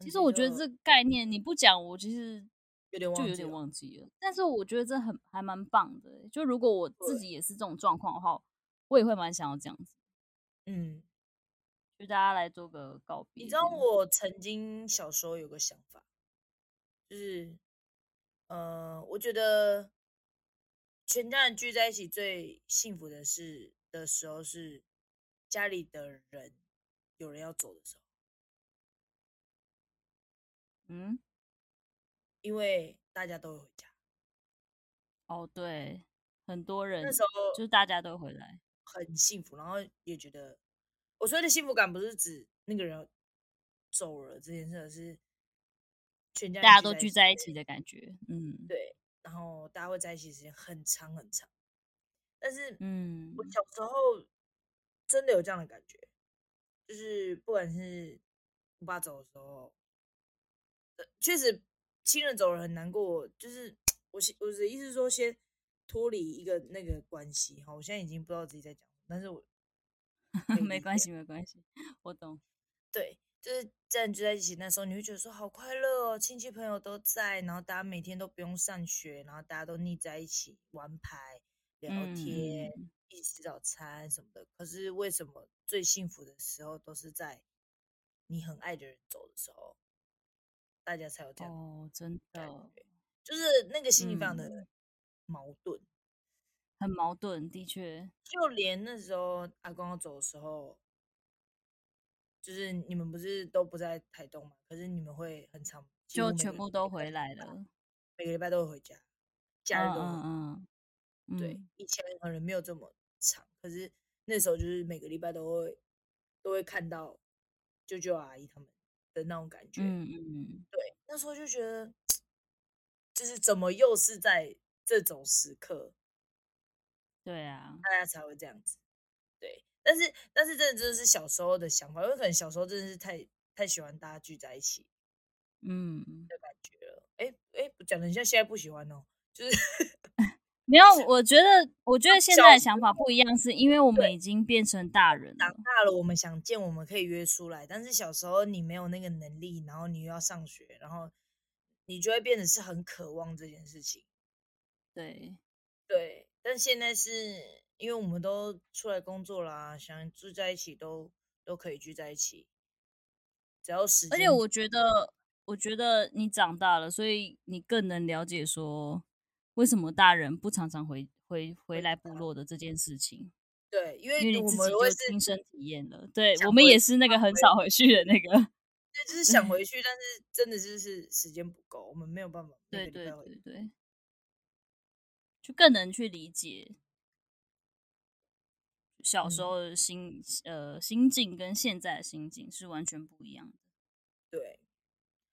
S1: 其实我觉得这个概念你不讲，我其实
S2: 有点忘
S1: 就有
S2: 记
S1: 点
S2: 了
S1: 忘记了。但是我觉得这很还蛮棒的欸、就如果我自
S2: 对
S1: 己也是这种状况的话，我也会蛮想要这样子，
S2: 嗯，
S1: 就大家来做个告别。
S2: 你知道，我曾经小时候有个想法，就是，呃，我觉得全家人聚在一起最幸福的是的时候是家里的人有人要走的时候，
S1: 嗯，
S2: 因为大家都会回家。
S1: 哦，对，很多人
S2: 那时候
S1: 嗯就是大家都回来，
S2: 很幸福，然后也觉得我说的幸福感不是指那个人走了这件事，而是全家
S1: 大家
S2: 人
S1: 都聚在一
S2: 起。
S1: 起的感觉。嗯
S2: 对，然后大家会在一起时间很长很长。但是
S1: 嗯
S2: 我小时候真的有这样的感觉，就是不管是我爸走的时候，呃确实亲人走了很难过。就是我先我的意思是说，先脱离一个那个关系哈。我现在已经不知道自己在讲什么，但是我
S1: (laughs)
S2: 可以 (laughs)
S1: 没
S2: 理
S1: 关
S2: 解
S1: 系，没关系，我懂。
S2: 对，就是这样聚在一起那时候，你会觉得说好快乐哦，亲戚朋友都在，然后大家每天都不用上学，然后大家都腻在一起玩牌、聊天、
S1: 嗯，
S2: 一起吃早餐什么的。可是为什么最幸福的时候都是在你很爱的人走的时候，大家才有这样的
S1: 哦，真
S2: 感
S1: 的
S2: 觉？就是那个心情非常的
S1: 嗯
S2: 矛盾。
S1: 很矛盾，的确，
S2: 就连那时候阿公要走的时候，就是你们不是都不在台东嘛？可是你们会很常几乎
S1: 就
S2: 每
S1: 全
S2: 个
S1: 部
S2: 礼
S1: 都
S2: 拜
S1: 回来
S2: 家
S1: 了。
S2: 每个礼拜都会回家，
S1: 嗯
S2: 假日都会回家
S1: 嗯嗯，
S2: 对
S1: 嗯，
S2: 以前可能没有这么长，可是那时候就是每个礼拜都会都会看到舅舅阿姨他们的那种感觉。
S1: 嗯嗯，
S2: 对，那时候就觉得，就是怎么又是在这种时刻，
S1: 对啊，
S2: 大家才会这样子。对，但是但是真的真的是小时候的想法，因为可能小时候真的是太太喜欢大家聚在一起
S1: 嗯，
S2: 的感觉了。哎哎，诶讲的像现在不喜欢哦，就是
S1: 没没有，我觉得，我觉得现
S2: 小
S1: 在的
S2: 时
S1: 想法不一样，是因为我们已经变成大人
S2: 长
S1: 了。
S2: 大了，我们想见，我们可以约出来。但是小时候你没有那个能力，然后你又要上学，然后你就会变得是很渴望这件事情。
S1: 对，
S2: 对，但现在是因为我们都出来工作啦，想住在一起都都可以聚在一起，只要时间。
S1: 而且我觉得，我觉得你长大了，所以你更能了解说为什么大人不常常回回回来部落的这件事情，
S2: 对，因
S1: 因为
S2: 为
S1: 你
S2: 我
S1: 自己
S2: 们会
S1: 就是亲身体验了。对
S2: 想
S1: 我们
S2: 回
S1: 也是那个很少回去的那个。
S2: 就是想
S1: 嗯
S2: 回去，但是真的就是时间不够，我们没有办法。
S1: 对对对对，就更能去理解小时
S2: 嗯
S1: 候的心、呃心境跟现在的心境是完全不一样的。
S2: 对，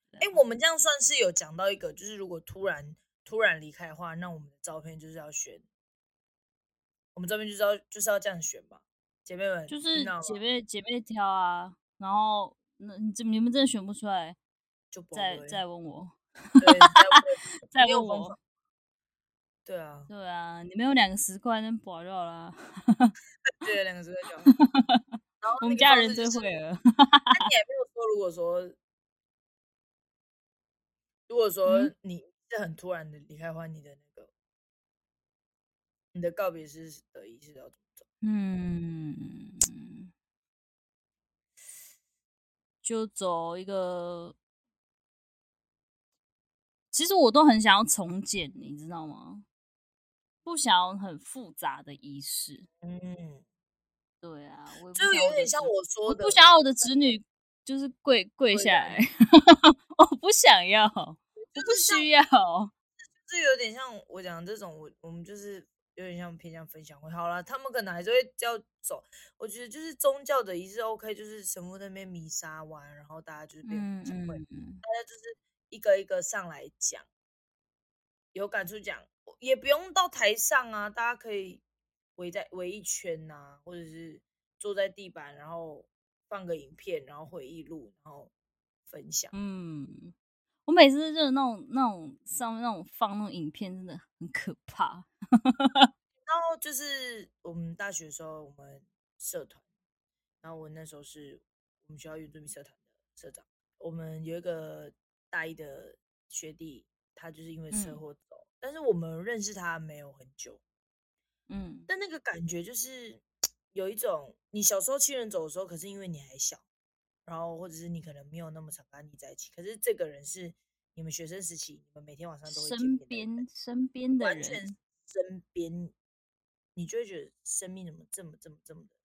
S1: 对
S2: 哎、
S1: 啊
S2: 我们这样算是有讲到一个，就是如果突然突然离开的话，那我们的照片就是要选，我们照片就是要就是要这样选吧，姐妹们，
S1: 就
S2: 你
S1: 是
S2: 知道吗
S1: 姐妹姐妹挑啊，然后那你这你们真的选不出来，
S2: 就不
S1: 再
S2: 会
S1: 再问我，
S2: 对
S1: (laughs)
S2: 再
S1: 再
S2: 没有
S1: 问我
S2: 方法。对啊，
S1: 对啊，你们有两个十块，那保掉
S2: 哦
S1: 啦。
S2: 对两个主角角，
S1: (laughs)
S2: 然后
S1: 我
S2: 那
S1: 们
S2: 个
S1: 家
S2: 方
S1: 人
S2: 式
S1: 最
S2: 就是
S1: 会了。
S2: 那你也没有说，如果说，如果说
S1: 嗯
S2: 你是很突然的离开的话，你的那个，你的告别式是的仪式要怎么走？
S1: 嗯，就走一个。其实我都很想要重建，你知道吗？不想要很复杂的仪式。
S2: 嗯，
S1: 对啊，我也不
S2: 就
S1: 想要
S2: 有
S1: 我的
S2: 点像
S1: 侄
S2: 我说
S1: 我
S2: 的，
S1: 不想要我的侄女就是跪跪
S2: 跪
S1: 下
S2: 下
S1: 来， (laughs) 我不想要，我不
S2: 就是像
S1: 需要。
S2: 就有点像我讲的这种，我我们就是有点像偏向分享会。好了，他们可能还是会要走。我觉得就是宗教的仪式 OK，就是神父那边弥撒完，然后大家就是变
S1: 嗯
S2: 分享会，
S1: 嗯嗯，
S2: 大家就是一个一个上来讲，有感触讲，也不用到台上啊，大家可以围在围一圈呐、或者是坐在地板，然后放个影片，然后回忆录，然后分享。
S1: 嗯，我每次就是那种那种上面那种放那种影片，真的很可怕。
S2: 然后就是我们大学的时候，我们社团，然后我那时候是我们学校原住民社团的社长。我们有一个大一的学弟，他就是因为车
S1: 嗯
S2: 祸走，但是我们认识他没有很久，
S1: 嗯
S2: 但那个感觉就是有一种你小时候亲人走的时候，可是因为你还小，然后或者是你可能没有那么常跟他腻在一起，可是这个人是你们学生时期，你们每天晚上都会见
S1: 身
S2: 面的人
S1: 边身边的
S2: 完全
S1: 人，
S2: 身边，你就会觉得生命怎么这么这么这么的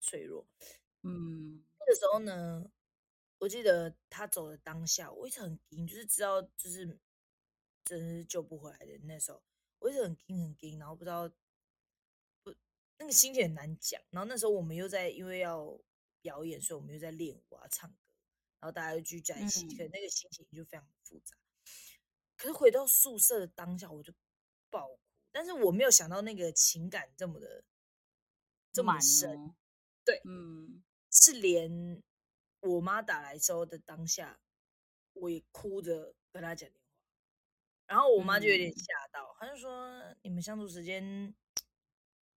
S2: 脆弱。
S1: 嗯
S2: 那个时候呢，我记得他走的当下，我一直很惊，就是知道就是真的是救不回来的。那时候我一直很惊很惊，然后不知道不那个心情很难讲。然后那时候我们又在因为要表演，所以我们又在练舞啊、唱歌，然后大家又聚在一起，可
S1: 嗯
S2: 能那个心情就非常复杂。可是回到宿舍的当下，我就爆哭，但是我没有想到那个情感这么的这么
S1: 满
S2: 的深。
S1: 哦，
S2: 对
S1: 嗯
S2: 是连我妈打来之后的当下，我也哭着跟她讲电话，然后我妈就有点
S1: 嗯
S2: 吓到，她就说：“你们相处时间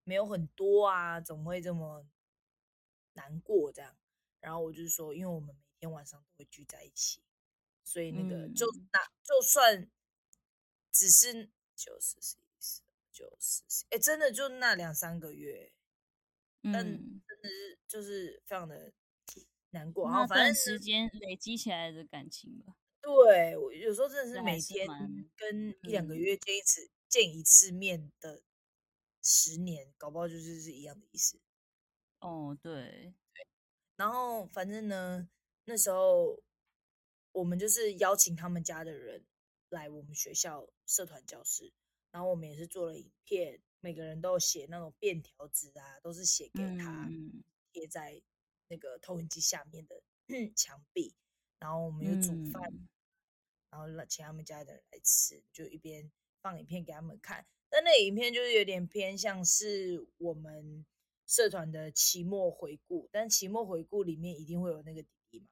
S2: 没有很多啊，怎么会这么难过这样？”然后我就说：“因为我们每天晚上都会聚在一起，所以那个就
S1: 嗯
S2: 那就算只是就是是就是哎，真的就那两三个月、但
S1: 嗯，
S2: 真的是就是非常的难过。然
S1: 那
S2: 后反
S1: 段
S2: 正
S1: 时间累积起来的感情吧，
S2: 对我有时候真的是
S1: 那
S2: 每
S1: 还是
S2: 天
S1: 蛮
S2: 跟一两个
S1: 嗯
S2: 月见一次见一次面的十年，搞不好就是是一样的意思。
S1: 哦，对，
S2: 然后反正呢，那时候我们就是邀请他们家的人来我们学校社团教室，然后我们也是做了影片，每个人都有写那种便条纸啊，都是写给他。
S1: 嗯
S2: 贴在那个投影机下面的墙壁，然后我们有煮
S1: 嗯
S2: 饭，然后让请他们家的人来吃，就一边放影片给他们看。但那个影片就是有点偏向是我们社团的期末回顾，但期末回顾里面一定会有那个弟弟嘛，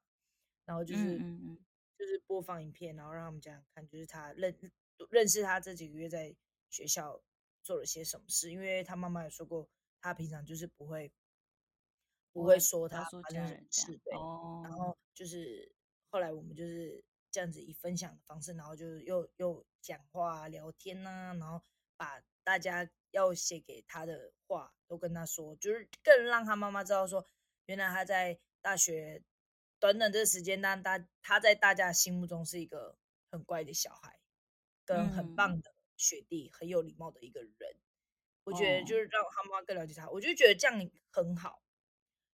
S2: 然后就
S1: 嗯
S2: 是、
S1: 嗯嗯，
S2: 就是播放影片，然后让他们家人看，就是他认认识他这几个月在学校做了些什么事，因为他妈妈也说过，他平常就是不会不会说他
S1: 说
S2: 发
S1: 家
S2: 生什
S1: 人这
S2: 么事
S1: 样，
S2: 对，然
S1: 哦，
S2: 后就是后来我们就是这样子以分享的方式，然后就是又又讲话、啊、聊天呐、然后把大家要写给他的话都跟他说，就是更让他妈妈知道说，原来他在大学短短这个时间，但他他在大家心目中是一个很乖的小孩，跟很棒的学弟，很有礼貌的一个人。我觉得
S1: 哦
S2: 就是让他妈妈更了解他，我就觉得这样很好。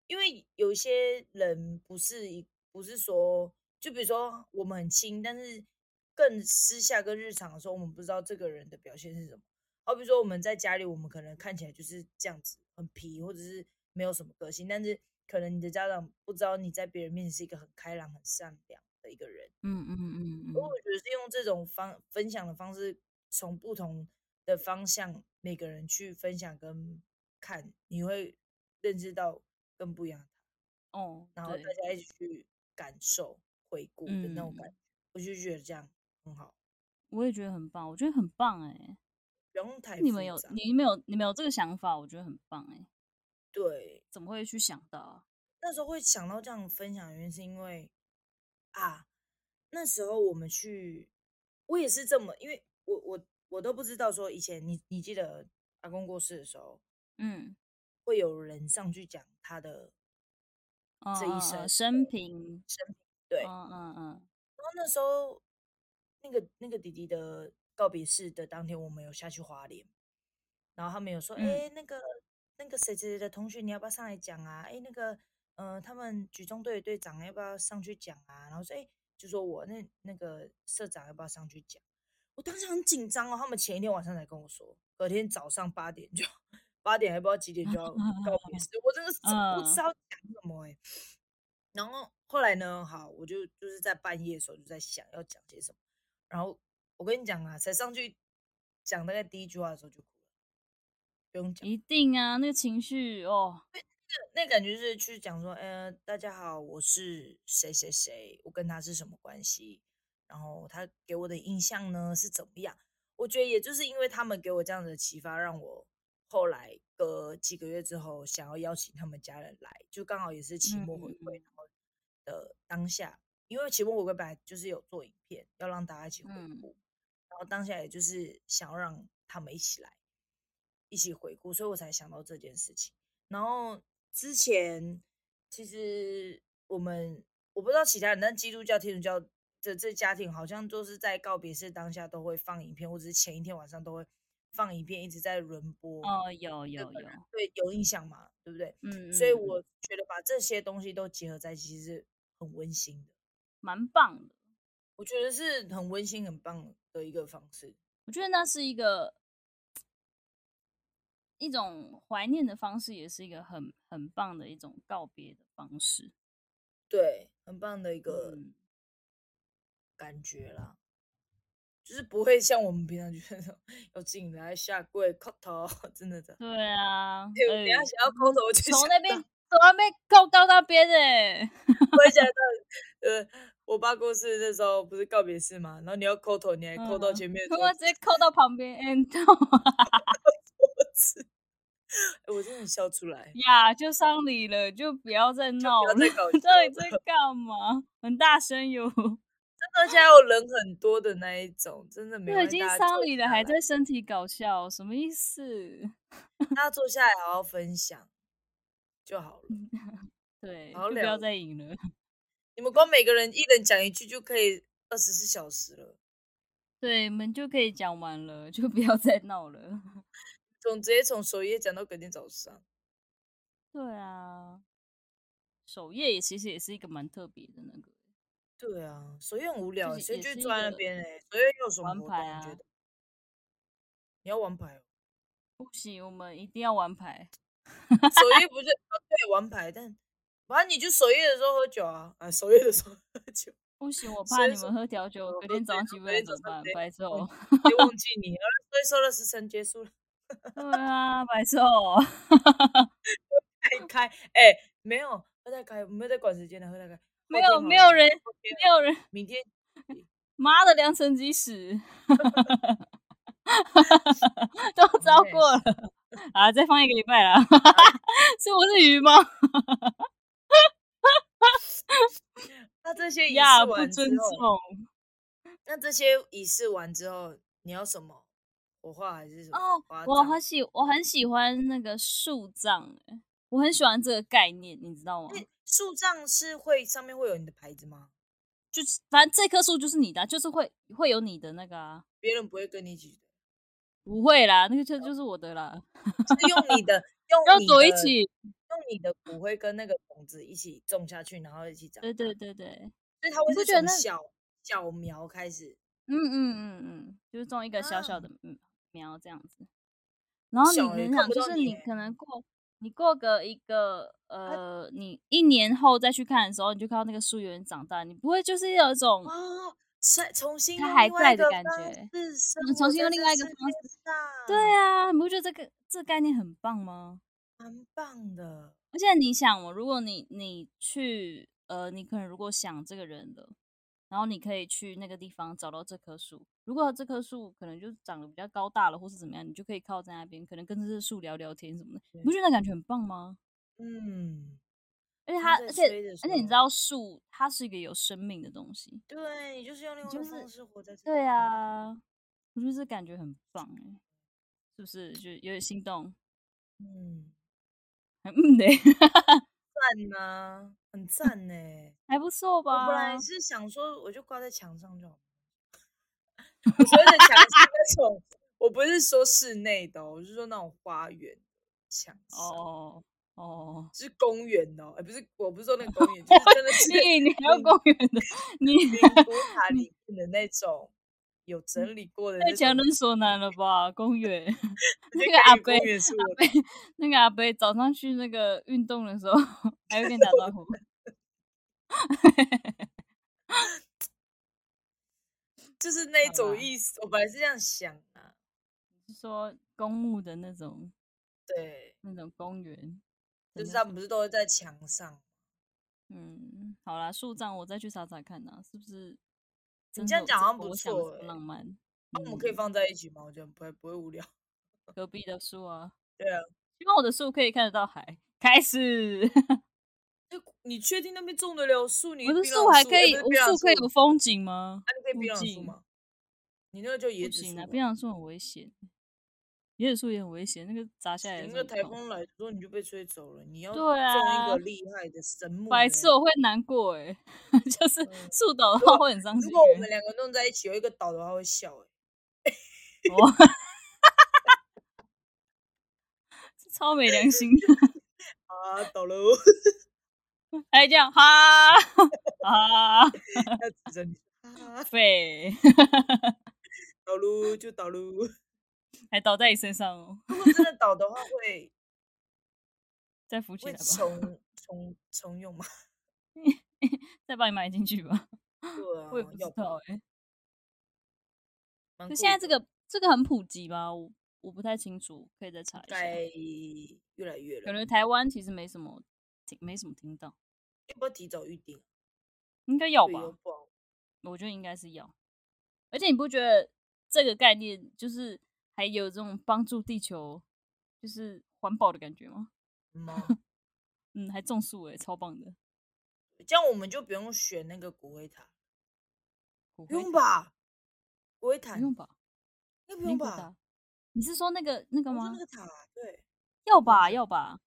S2: 因为有一些人不是一不是说，就比如说我们很亲，但是更私下跟日常的时候，我们不知道这个人的表现是什么。好比说我们在家里，我们可能看起来就是这样子，很皮，或者是没有什么个性，但是可能你的家长不知道你在别人面前是一个很开朗、很善良的一个人。
S1: 嗯嗯嗯嗯
S2: 我我觉得是用这种方分享的方式，从不同的方向，每个人去分享跟看，你会认知到更不一样的
S1: 嗯，哦，
S2: 然后
S1: 对嗯
S2: 大，家一起去感受、回顾的那种感觉，我就觉得这样很好，
S1: 我也觉得很棒，我觉得很棒哎、
S2: 不用太
S1: 你们
S2: 复
S1: 有
S2: 杂
S1: 你们有你们有这个想法，我觉得很棒哎、
S2: 对。
S1: 怎么会去想到啊？
S2: 那时候会想到这样分享，原因是因为啊，那时候我们去，我也是这么，因为我我我都不知道说以前你你记得阿公过世的时候，
S1: 嗯，
S2: 会有人上去讲他的这
S1: 嗯嗯
S2: 一
S1: 嗯
S2: 生
S1: 生平，
S2: 生平，对，
S1: 嗯嗯嗯，
S2: 然后那时候，那个那个弟弟的告别式的当天，我们有下去花莲，然后他们有说，哎、
S1: 嗯
S2: 那个那个谁谁谁的同学，你要不要上来讲啊？哎、那个，呃，他们举重队的队长要不要上去讲啊？然后说，哎、就说我那那个社长要不要上去讲？我当时很紧张哦，他们前一天晚上才跟我说，隔天早上八点就八点还不知道几点就要告别式，我真的是不
S1: 嗯
S2: 知道讲什么哎、然后后来呢，好，我就就是在半夜的时候就在想要讲些什么，然后我跟你讲啊，才上去讲大概第一句话的时候就哭了，不用讲，
S1: 一定啊，那个情绪哦，
S2: 那感觉是去讲说，呃，大家好，我是谁谁谁，我跟他是什么关系，然后他给我的印象呢是怎么样？我觉得也就是因为他们给我这样的启发，让我后来隔几个月之后想要邀请他们家人来，就刚好也是期
S1: 嗯
S2: 末回
S1: 嗯
S2: 归，然后的当下，因为期末回归本来就是有做影片，要让大家一起回
S1: 嗯
S2: 顾，然后当下也就是想要让他们一起来，一起回顾，所以我才想到这件事情。然后之前其实我们我不知道其他人，但基督教、天主教的这家庭好像都是在告别式当下都会放影片，或者是前一天晚上都会放影片，一直在轮播。
S1: 哦，有
S2: 这
S1: 有
S2: 个
S1: 有，
S2: 对，有印象嘛，对不对？
S1: 嗯，
S2: 所以
S1: 嗯嗯
S2: 我觉得把这些东西都结合在一起是很温馨的，
S1: 蛮棒的。
S2: 我觉得是很温馨、很棒的一个方式。
S1: 我觉得那是一个一种怀念的方式，也是一个很很棒的一种告别的方式。
S2: 对，很棒的一个
S1: 嗯，
S2: 感觉啦，就是不会像我们平常觉得要进来下跪叩头， (laughs) 真的的。
S1: 对啊，
S2: 对，我等一下
S1: 哎
S2: 想要叩头，我就
S1: 从
S2: 想
S1: 那
S2: 到
S1: 边从那边扣到那边欸的、
S2: 我也想到，呃，我爸过世那时候不是告别式嘛，然后你要叩头，你还叩到
S1: 嗯 (laughs)
S2: 前面的
S1: 他
S2: 桌
S1: 妈
S2: 子
S1: 直接扣到 (laughs) 旁边，哎你知道吗？
S2: 哎我真的笑出来。
S1: 呀，就丧礼了，就不要再闹了，
S2: 再搞
S1: 到底
S2: 笑 (laughs)
S1: 在干嘛？很大声哟，
S2: 而且还有人很多的那一种，真的
S1: (laughs)
S2: 没
S1: 都
S2: 有
S1: 已经丧礼了，还在身体搞笑，什么意思？
S2: 大家坐下来好好分享就好了。
S1: 对，
S2: 好
S1: 就不要
S2: 了
S1: 再赢了。
S2: 你们光每个人一人讲一句就可以二十四小时了，
S1: 对，我们就可以讲完了，就不要再闹了。
S2: 从直接从首页讲到隔天早上。
S1: 对啊，首页也其实也是一个蛮特别的那个
S2: 对啊，首页很无聊，
S1: 是
S2: 所以
S1: 也
S2: 就是
S1: 一
S2: 坐在那
S1: 个
S2: 边哎、首页又有什么
S1: 玩
S2: 活动？
S1: 牌
S2: 你觉
S1: 啊
S2: 得？你要
S1: (laughs)
S2: 玩牌哦、
S1: 不行，我们一定要玩牌。
S2: 首页不是、啊、对玩牌，但反正你就首页的时候喝酒啊，啊首页的时候喝
S1: (laughs)
S2: 酒，
S1: 不行，我
S2: 所
S1: 怕
S2: 以
S1: 你
S2: 说
S1: 们喝调酒，
S2: 我
S1: 隔
S2: 都
S1: 天早
S2: 这
S1: 上
S2: 样
S1: 起不
S2: 隔
S1: 来
S2: 天
S1: 怎么
S2: 早上
S1: 办？
S2: 直接
S1: 白哦
S2: 忘
S1: 昼，
S2: 别忘记你啊，所以说了时辰结束了，
S1: 对啊，白 (laughs) 昼。
S2: 太开哎、没有喝太开，没有在管时间的喝太开，后
S1: 没
S2: 天
S1: 有
S2: 好
S1: 没有
S2: 了
S1: 人
S2: 后天
S1: 没有人，
S2: 明天 (laughs)
S1: 妈的良辰吉时， (laughs) 都招过了啊，再放一个礼
S2: (laughs)
S1: 拜啦。是我是鱼吗？
S2: 那这些仪
S1: 呀，
S2: 式
S1: 不
S2: 完之
S1: 尊
S2: 后，
S1: 重
S2: 那这些仪式完之后，你要什么火化还是什么？
S1: 哦
S2: 花。
S1: 我
S2: 葬
S1: 很喜，我很喜欢那个树葬、欸，我很喜欢这个概念，你知道吗？
S2: 那树葬是会上面会有你的牌子吗？
S1: 就是反正这棵树就是你的啊、就是会会有你的那个啊，
S2: 别人不会跟你一起，
S1: 不会啦，那个就就是我的啦，
S2: 就是用你的用
S1: 要
S2: 你
S1: 走一
S2: 的
S1: 起。
S2: 用你的骨灰跟那个种子一起种下去，然后一起长。
S1: 对对，对对，
S2: 所以它会
S1: 你不
S2: 是
S1: 觉得
S2: 从
S1: 那
S2: 小小苗开始，
S1: 嗯嗯嗯嗯，就是种一个小小
S2: 啊
S1: 的嗯苗这样子。然后你
S2: 小欸
S1: 你
S2: 看
S1: 想，
S2: 不
S1: 就
S2: 到
S1: 是
S2: 你
S1: 你
S2: 欸
S1: 可能过你过个一个呃，你一年后再去看的时候，你就看到那个树有点长大，你不会就是有一种
S2: 哦，再重新
S1: 嗯它
S2: 用
S1: 还
S2: 另外
S1: 在
S2: 一
S1: 的
S2: 个
S1: 感
S2: 方
S1: 觉
S2: 式生
S1: 嗯重
S2: 活
S1: 新
S2: 在
S1: 用另
S2: 这
S1: 外一个
S2: 世
S1: 方
S2: 界上
S1: 对啊，你不觉得这个这个概念很棒吗？
S2: 蛮棒的。
S1: 而且你想哦，如果你你去呃，你可能如果想这个人了，然后你可以去那个地方找到这棵树。如果这棵树可能就长得比较高大了，或是怎么样，你就可以靠在那边，可能跟这棵树聊聊天什么的。你不觉得那感觉很棒吗？
S2: 嗯，
S1: 而且
S2: 风
S1: 它，
S2: 在
S1: 而且
S2: 吹的
S1: 而且你
S2: 时
S1: 知道树它是一个有生命的东西。
S2: 对你就是用另外一
S1: 就
S2: 个
S1: 是
S2: 方式活在这个
S1: 对
S2: 世界上
S1: 啊，我觉得这感觉很棒哎、是不是？就有点心动。 (laughs)
S2: 嗯，
S1: 嗯的，
S2: 赞呐、很赞呢、
S1: (laughs) 还不错
S2: 我
S1: 吧？
S2: 本来是想说，我就挂在墙上就好。我所谓的墙是那种，我不是说室内的、哦，我是说那种花园墙上，
S1: 哦哦。
S2: 是公园的、哦，哎、不是，我不是说那个公园，就是真的是
S1: 你你还要
S2: 你
S1: 公园的，你
S2: 灵骨塔
S1: (laughs)
S2: 里面的那种有
S1: 嗯
S2: 整理过的那
S1: 太强
S2: 种。
S1: 人所难了吧？公园
S2: 那
S1: 那个阿伯
S2: 公园是我的，
S1: 被那个阿伯早上去那个运动的时候， (laughs) 还会跟你打
S2: (laughs)
S1: 招呼。
S2: 就是那
S1: 好
S2: 种
S1: 啦
S2: 意思。我本来是这样想啊，
S1: 是说公墓的那种
S2: 对，
S1: 那种公园的那种，
S2: 就是他们不是都会在墙上？
S1: 嗯，好啦，树葬我再去查查看呐，是不是真的有？
S2: 你这样讲好像不
S1: 我想的
S2: 错
S1: 这么
S2: 欸
S1: 浪漫。
S2: 那我们可以
S1: 嗯
S2: 放在一起吗？我觉得不会不会无聊。
S1: 隔壁的树啊，
S2: 对啊，
S1: 希望我的树可以看得到海。开始，
S2: 就你确定那边种得了树？你
S1: 我的
S2: 槟榔
S1: 树还
S2: 树
S1: 可
S2: 哎
S1: 以，我
S2: 不是槟榔
S1: 树可以
S2: 树
S1: 有风景吗
S2: 啊，？你可以
S1: 附
S2: 槟榔树
S1: 近
S2: 吗？你那个就椰
S1: 不
S2: 子树
S1: 行啊，
S2: 吧，
S1: 槟榔树很危险，椰子树也很危险，那个砸下来的
S2: 你
S1: 时
S2: 那
S1: 候
S2: 个
S1: 很
S2: 台
S1: 痛
S2: 风来的时候你就被吹走了。你要种
S1: 对
S2: 一
S1: 啊
S2: 个，厉害的神木
S1: 白
S2: 的
S1: 痴
S2: 那
S1: 我会难过哎、 (laughs) 就是
S2: 嗯
S1: 树倒的
S2: 如
S1: 话
S2: 果
S1: 会很伤
S2: 种。如
S1: 心、
S2: 果我们
S1: 欸。
S2: 两个弄在一起，有一个倒的话会笑、欸，
S1: 哦，超没良心，
S2: 啊，倒喽，
S1: 还这样哈啊
S2: 要指着你啊，
S1: (laughs) 废，
S2: 倒喽就倒喽。 (laughs)
S1: 还倒在你身上哦， (laughs)
S2: 如果真的倒的话会，
S1: 再扶起
S2: 会
S1: 来吧，
S2: 重重重用
S1: (laughs)
S2: 吗？
S1: 再把你埋进去吧。
S2: 对啊，
S1: 我也不知
S2: 要吧
S1: 道哎、
S2: 蛮
S1: 可
S2: 酷
S1: 现在
S2: 的
S1: 这个这个很普及吗？我我不太清楚，可以再查一下。
S2: 该越来越
S1: 感
S2: 了，
S1: 觉台湾其实没什么听，没什么听到，
S2: 要不要提早预定？
S1: 应该要
S2: 对，
S1: 吧
S2: 要？不然
S1: 我觉得应该是要。而且你不觉得这个概念就是还有这种帮助地球，就是环保的感觉吗？
S2: 猫，
S1: 嗯，还种树诶、超棒的。
S2: 这样我们就不用选那个骨灰塔，
S1: 骨
S2: 不
S1: 灰
S2: 用
S1: 坛？
S2: 吧？骨灰塔
S1: 不用吧？
S2: 应该不
S1: 没
S2: 用
S1: 骨
S2: 吧
S1: 塔？？你是说那个那个
S2: 我说
S1: 吗
S2: 那？个塔，
S1: (laughs)
S2: 对，
S1: 要
S2: 我不
S1: 吧，
S2: 是
S1: 要吧。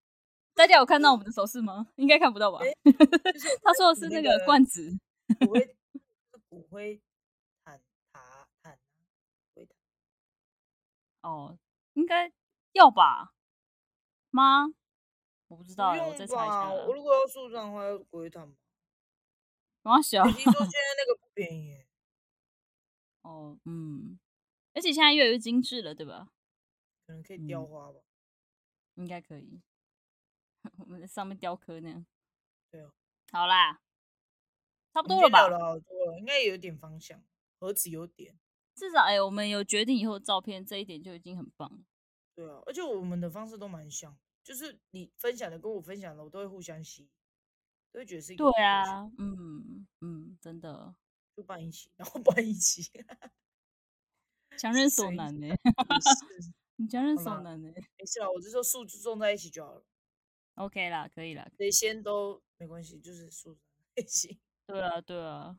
S1: 大家有看到我们的手势吗？应该看不到吧？
S2: 诶就是我
S1: 他
S2: 们
S1: 说的
S2: 比
S1: 是
S2: 那
S1: 那个罐子，
S2: 骨
S1: (laughs)
S2: 灰骨灰坛塔坛骨灰塔，
S1: (laughs) 哦，应该要吧？吗？我不知道、
S2: 不
S1: 欸，我再
S2: 用
S1: 查一下
S2: 吧？
S1: 啦
S2: 我。如果要树葬的话，要骨灰
S1: (laughs)
S2: 坛吧。
S1: 我小 (laughs)
S2: 我听说现在那个不便宜耶，
S1: 哦，嗯，而且现在越来越精致了，对吧？
S2: 可能可以雕
S1: 嗯
S2: 花吧？
S1: 应该可以。 (laughs) 我们在上面雕刻那样。
S2: 对啊，
S1: 好啦，差不
S2: 我
S1: 多了
S2: 们今天聊
S1: 吧？
S2: 了好多了，应该有点方向，何止有点？
S1: 至少哎、我们有决定以后的照片，这一点就已经很棒了。
S2: 对啊，而且我们的方式都蛮像，就是你分享的跟我分享的，我都会互相吸引，都会觉得是一个
S1: 对
S2: 互相吸引，
S1: 啊，嗯嗯，真的。
S2: 就办一起，然后办一起。
S1: 强人
S2: 所
S1: 所
S2: 以
S1: 难呢、
S2: 是是
S1: 你强人
S2: 好
S1: 所
S2: 啦
S1: 难呢、
S2: 没事啦，我就说数字种在一起就好了，
S1: OK 啦，可以啦，
S2: 谁先都没关系，就是数字在一起。 (laughs)
S1: 对啊，对啊，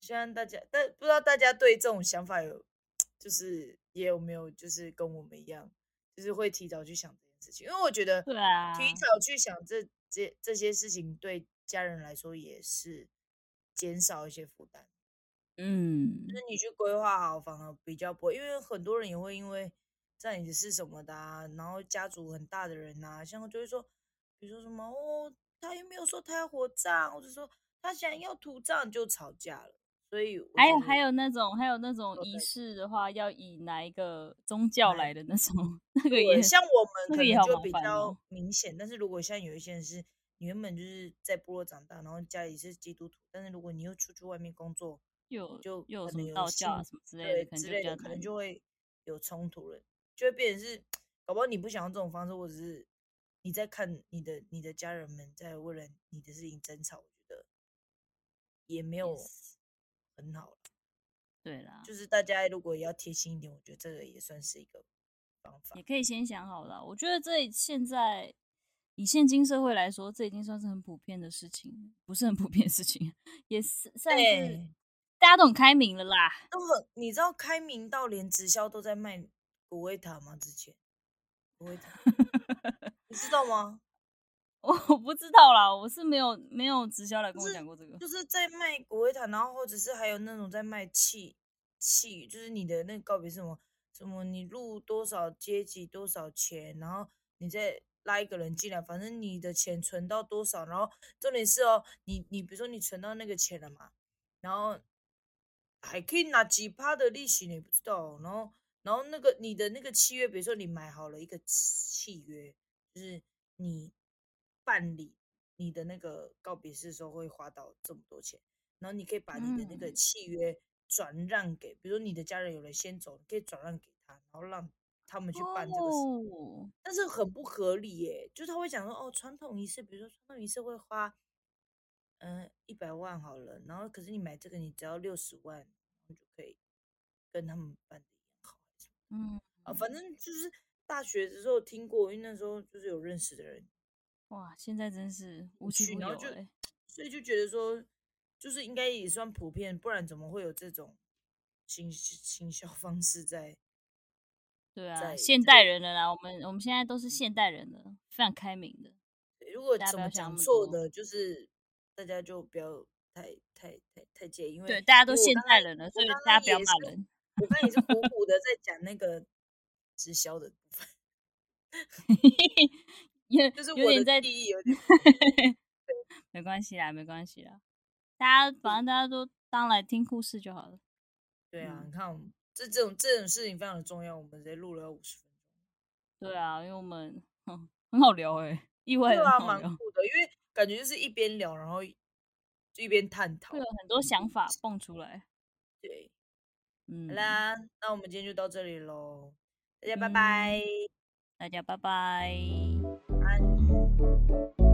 S2: 希望大家，但不知道大家对这种想法有，就是也有没有就是跟我们一样，就是会提早去想这件事情，因为我觉 (laughs) 得
S1: 对啊，
S2: 提早去想这这这些事情，对家人来说也是减少一些负担。
S1: 嗯，
S2: 那你去规划好，反而比较不会，因为很多人也会因为这你是什么的啊，然后家族很大的人呐、像就会说，比如说什么哦，他又没有说他要火葬，或者说他想要土葬就吵架了，所以我哦
S1: 还有
S2: 觉得
S1: 还有那种还有那种
S2: 都
S1: 仪
S2: 在
S1: 式的话，要以哪一个宗教
S2: 哪
S1: 来
S2: 一
S1: 的那种， (laughs) 那个
S2: 对
S1: 也
S2: 哎像我们
S1: 那
S2: 可
S1: 个也
S2: 能
S1: 好
S2: 就
S1: 麻
S2: 比
S1: 烦
S2: 较
S1: 哦
S2: 明显，但是如果像有一些人是你原本就是在部落长大，然后家里是基督徒，但是如果你又出去外面工作，
S1: 又
S2: 就
S1: 又有
S2: 可
S1: 什
S2: 能
S1: 么
S2: 有
S1: 道教啊
S2: 信
S1: 什么之类
S2: 对
S1: 的，可能
S2: 之
S1: 就比
S2: 类
S1: 较
S2: 的，可能
S1: 难。
S2: 就会有冲突了，就会变成是，搞不好你不想要这种方式，或者是你在看你的你的家人们在为了你的事情争吵，我觉得也没有
S1: 是啊
S2: 很好啦。
S1: 对啦，
S2: 就是大家如果也要贴心一点，我觉得这个也算是一个方法
S1: 也。可以先想好了。我觉得这现在以现今社会来说，这已经算是很普遍的事情，不是很普遍的事情，也是算是
S2: 对，
S1: 大家都很开明了啦。 (laughs)
S2: 都很，你知道开明到连直销都在卖骨灰塔吗？之前
S1: (laughs)
S2: 骨灰塔，你知道吗？
S1: 我我不知道啦，我是没有没有直销来跟
S2: 就
S1: 我
S2: 是
S1: 讲过这个。
S2: 就是在卖骨灰坛，然后或者是还有那种在卖气气，就是你的那个告别是什么什么，你入多少阶级多少钱，然后你再拉一个人进来，反正你的钱存到多少，然后重点是哦，你你比如说你存到那个钱了嘛，然后还可以拿几趴的利息，你不知道哦、然后然后那个你的那个契约，比如说你买好了一个契约，就是你办理你的那个告别式的时候会花到这么多钱，然后你可以把你的那个
S1: 嗯
S2: 契约转让给，比如说你的家人有人先走，你可以转让给他，然后让他们去办这个事。
S1: 哦，
S2: 但是很不合理耶，就是他会讲说，哦，传统仪式，比如说传统仪式会花，嗯，一百万好了，然后可是你买这个，你只要六十万，然后就可以跟他们办的一样好，还是
S1: 嗯，
S2: 啊，反正就是大学的时候听过，因为那时候就是有认识的人
S1: 哇，现在真是无奇
S2: 去，
S1: 不
S2: 然
S1: 有
S2: 后就
S1: 哎、欸。
S2: 所以就觉得说，就是应该也算普遍，不然怎么会有这种行行销方式在？
S1: 对
S2: 在
S1: 啊，现
S2: 这
S1: 代
S2: 个嗯
S1: 人了啦，我们我们现在都是现代人了，非常开明的。
S2: 如果
S1: 大家
S2: 怎
S1: 不要
S2: 么
S1: 想那
S2: 讲
S1: 么
S2: 错
S1: 多
S2: 的，就是大家就不要太太太太介意，因为
S1: 对，大家
S2: 因
S1: 都
S2: 为我
S1: 现
S2: 刚
S1: 代
S2: 才
S1: 人了，
S2: 我
S1: 所以
S2: 刚
S1: 大
S2: 刚
S1: 家不要
S2: 也
S1: 骂
S2: 是
S1: 人。
S2: 我刚才也是苦苦的在讲那个直销的部分，
S1: 有
S2: 就是
S1: 有
S2: 我
S1: 点
S2: 的
S1: 在，
S2: 记忆有
S1: (laughs)
S2: 点
S1: 没关系啦，没关系啦，大家
S2: 嗯
S1: 反正大家都当来听故事就好了。
S2: 对啊，
S1: 嗯
S2: 你看我们这这种这种事情非常的重要，我们直接录了五十分钟。
S1: 对啊，因为我们哼很好聊哎、意外
S2: 对
S1: 的
S2: 啊，
S1: 很好
S2: 蛮
S1: 聊，
S2: 酷的，因为感觉就是一边聊，然后就一边探讨
S1: 会有。很多想法蹦出来。
S2: 对，嗯
S1: 嗯，
S2: 好啦，那我们今天就到这里喽，大家拜
S1: 嗯
S2: 拜，
S1: 大家拜拜。
S2: 安。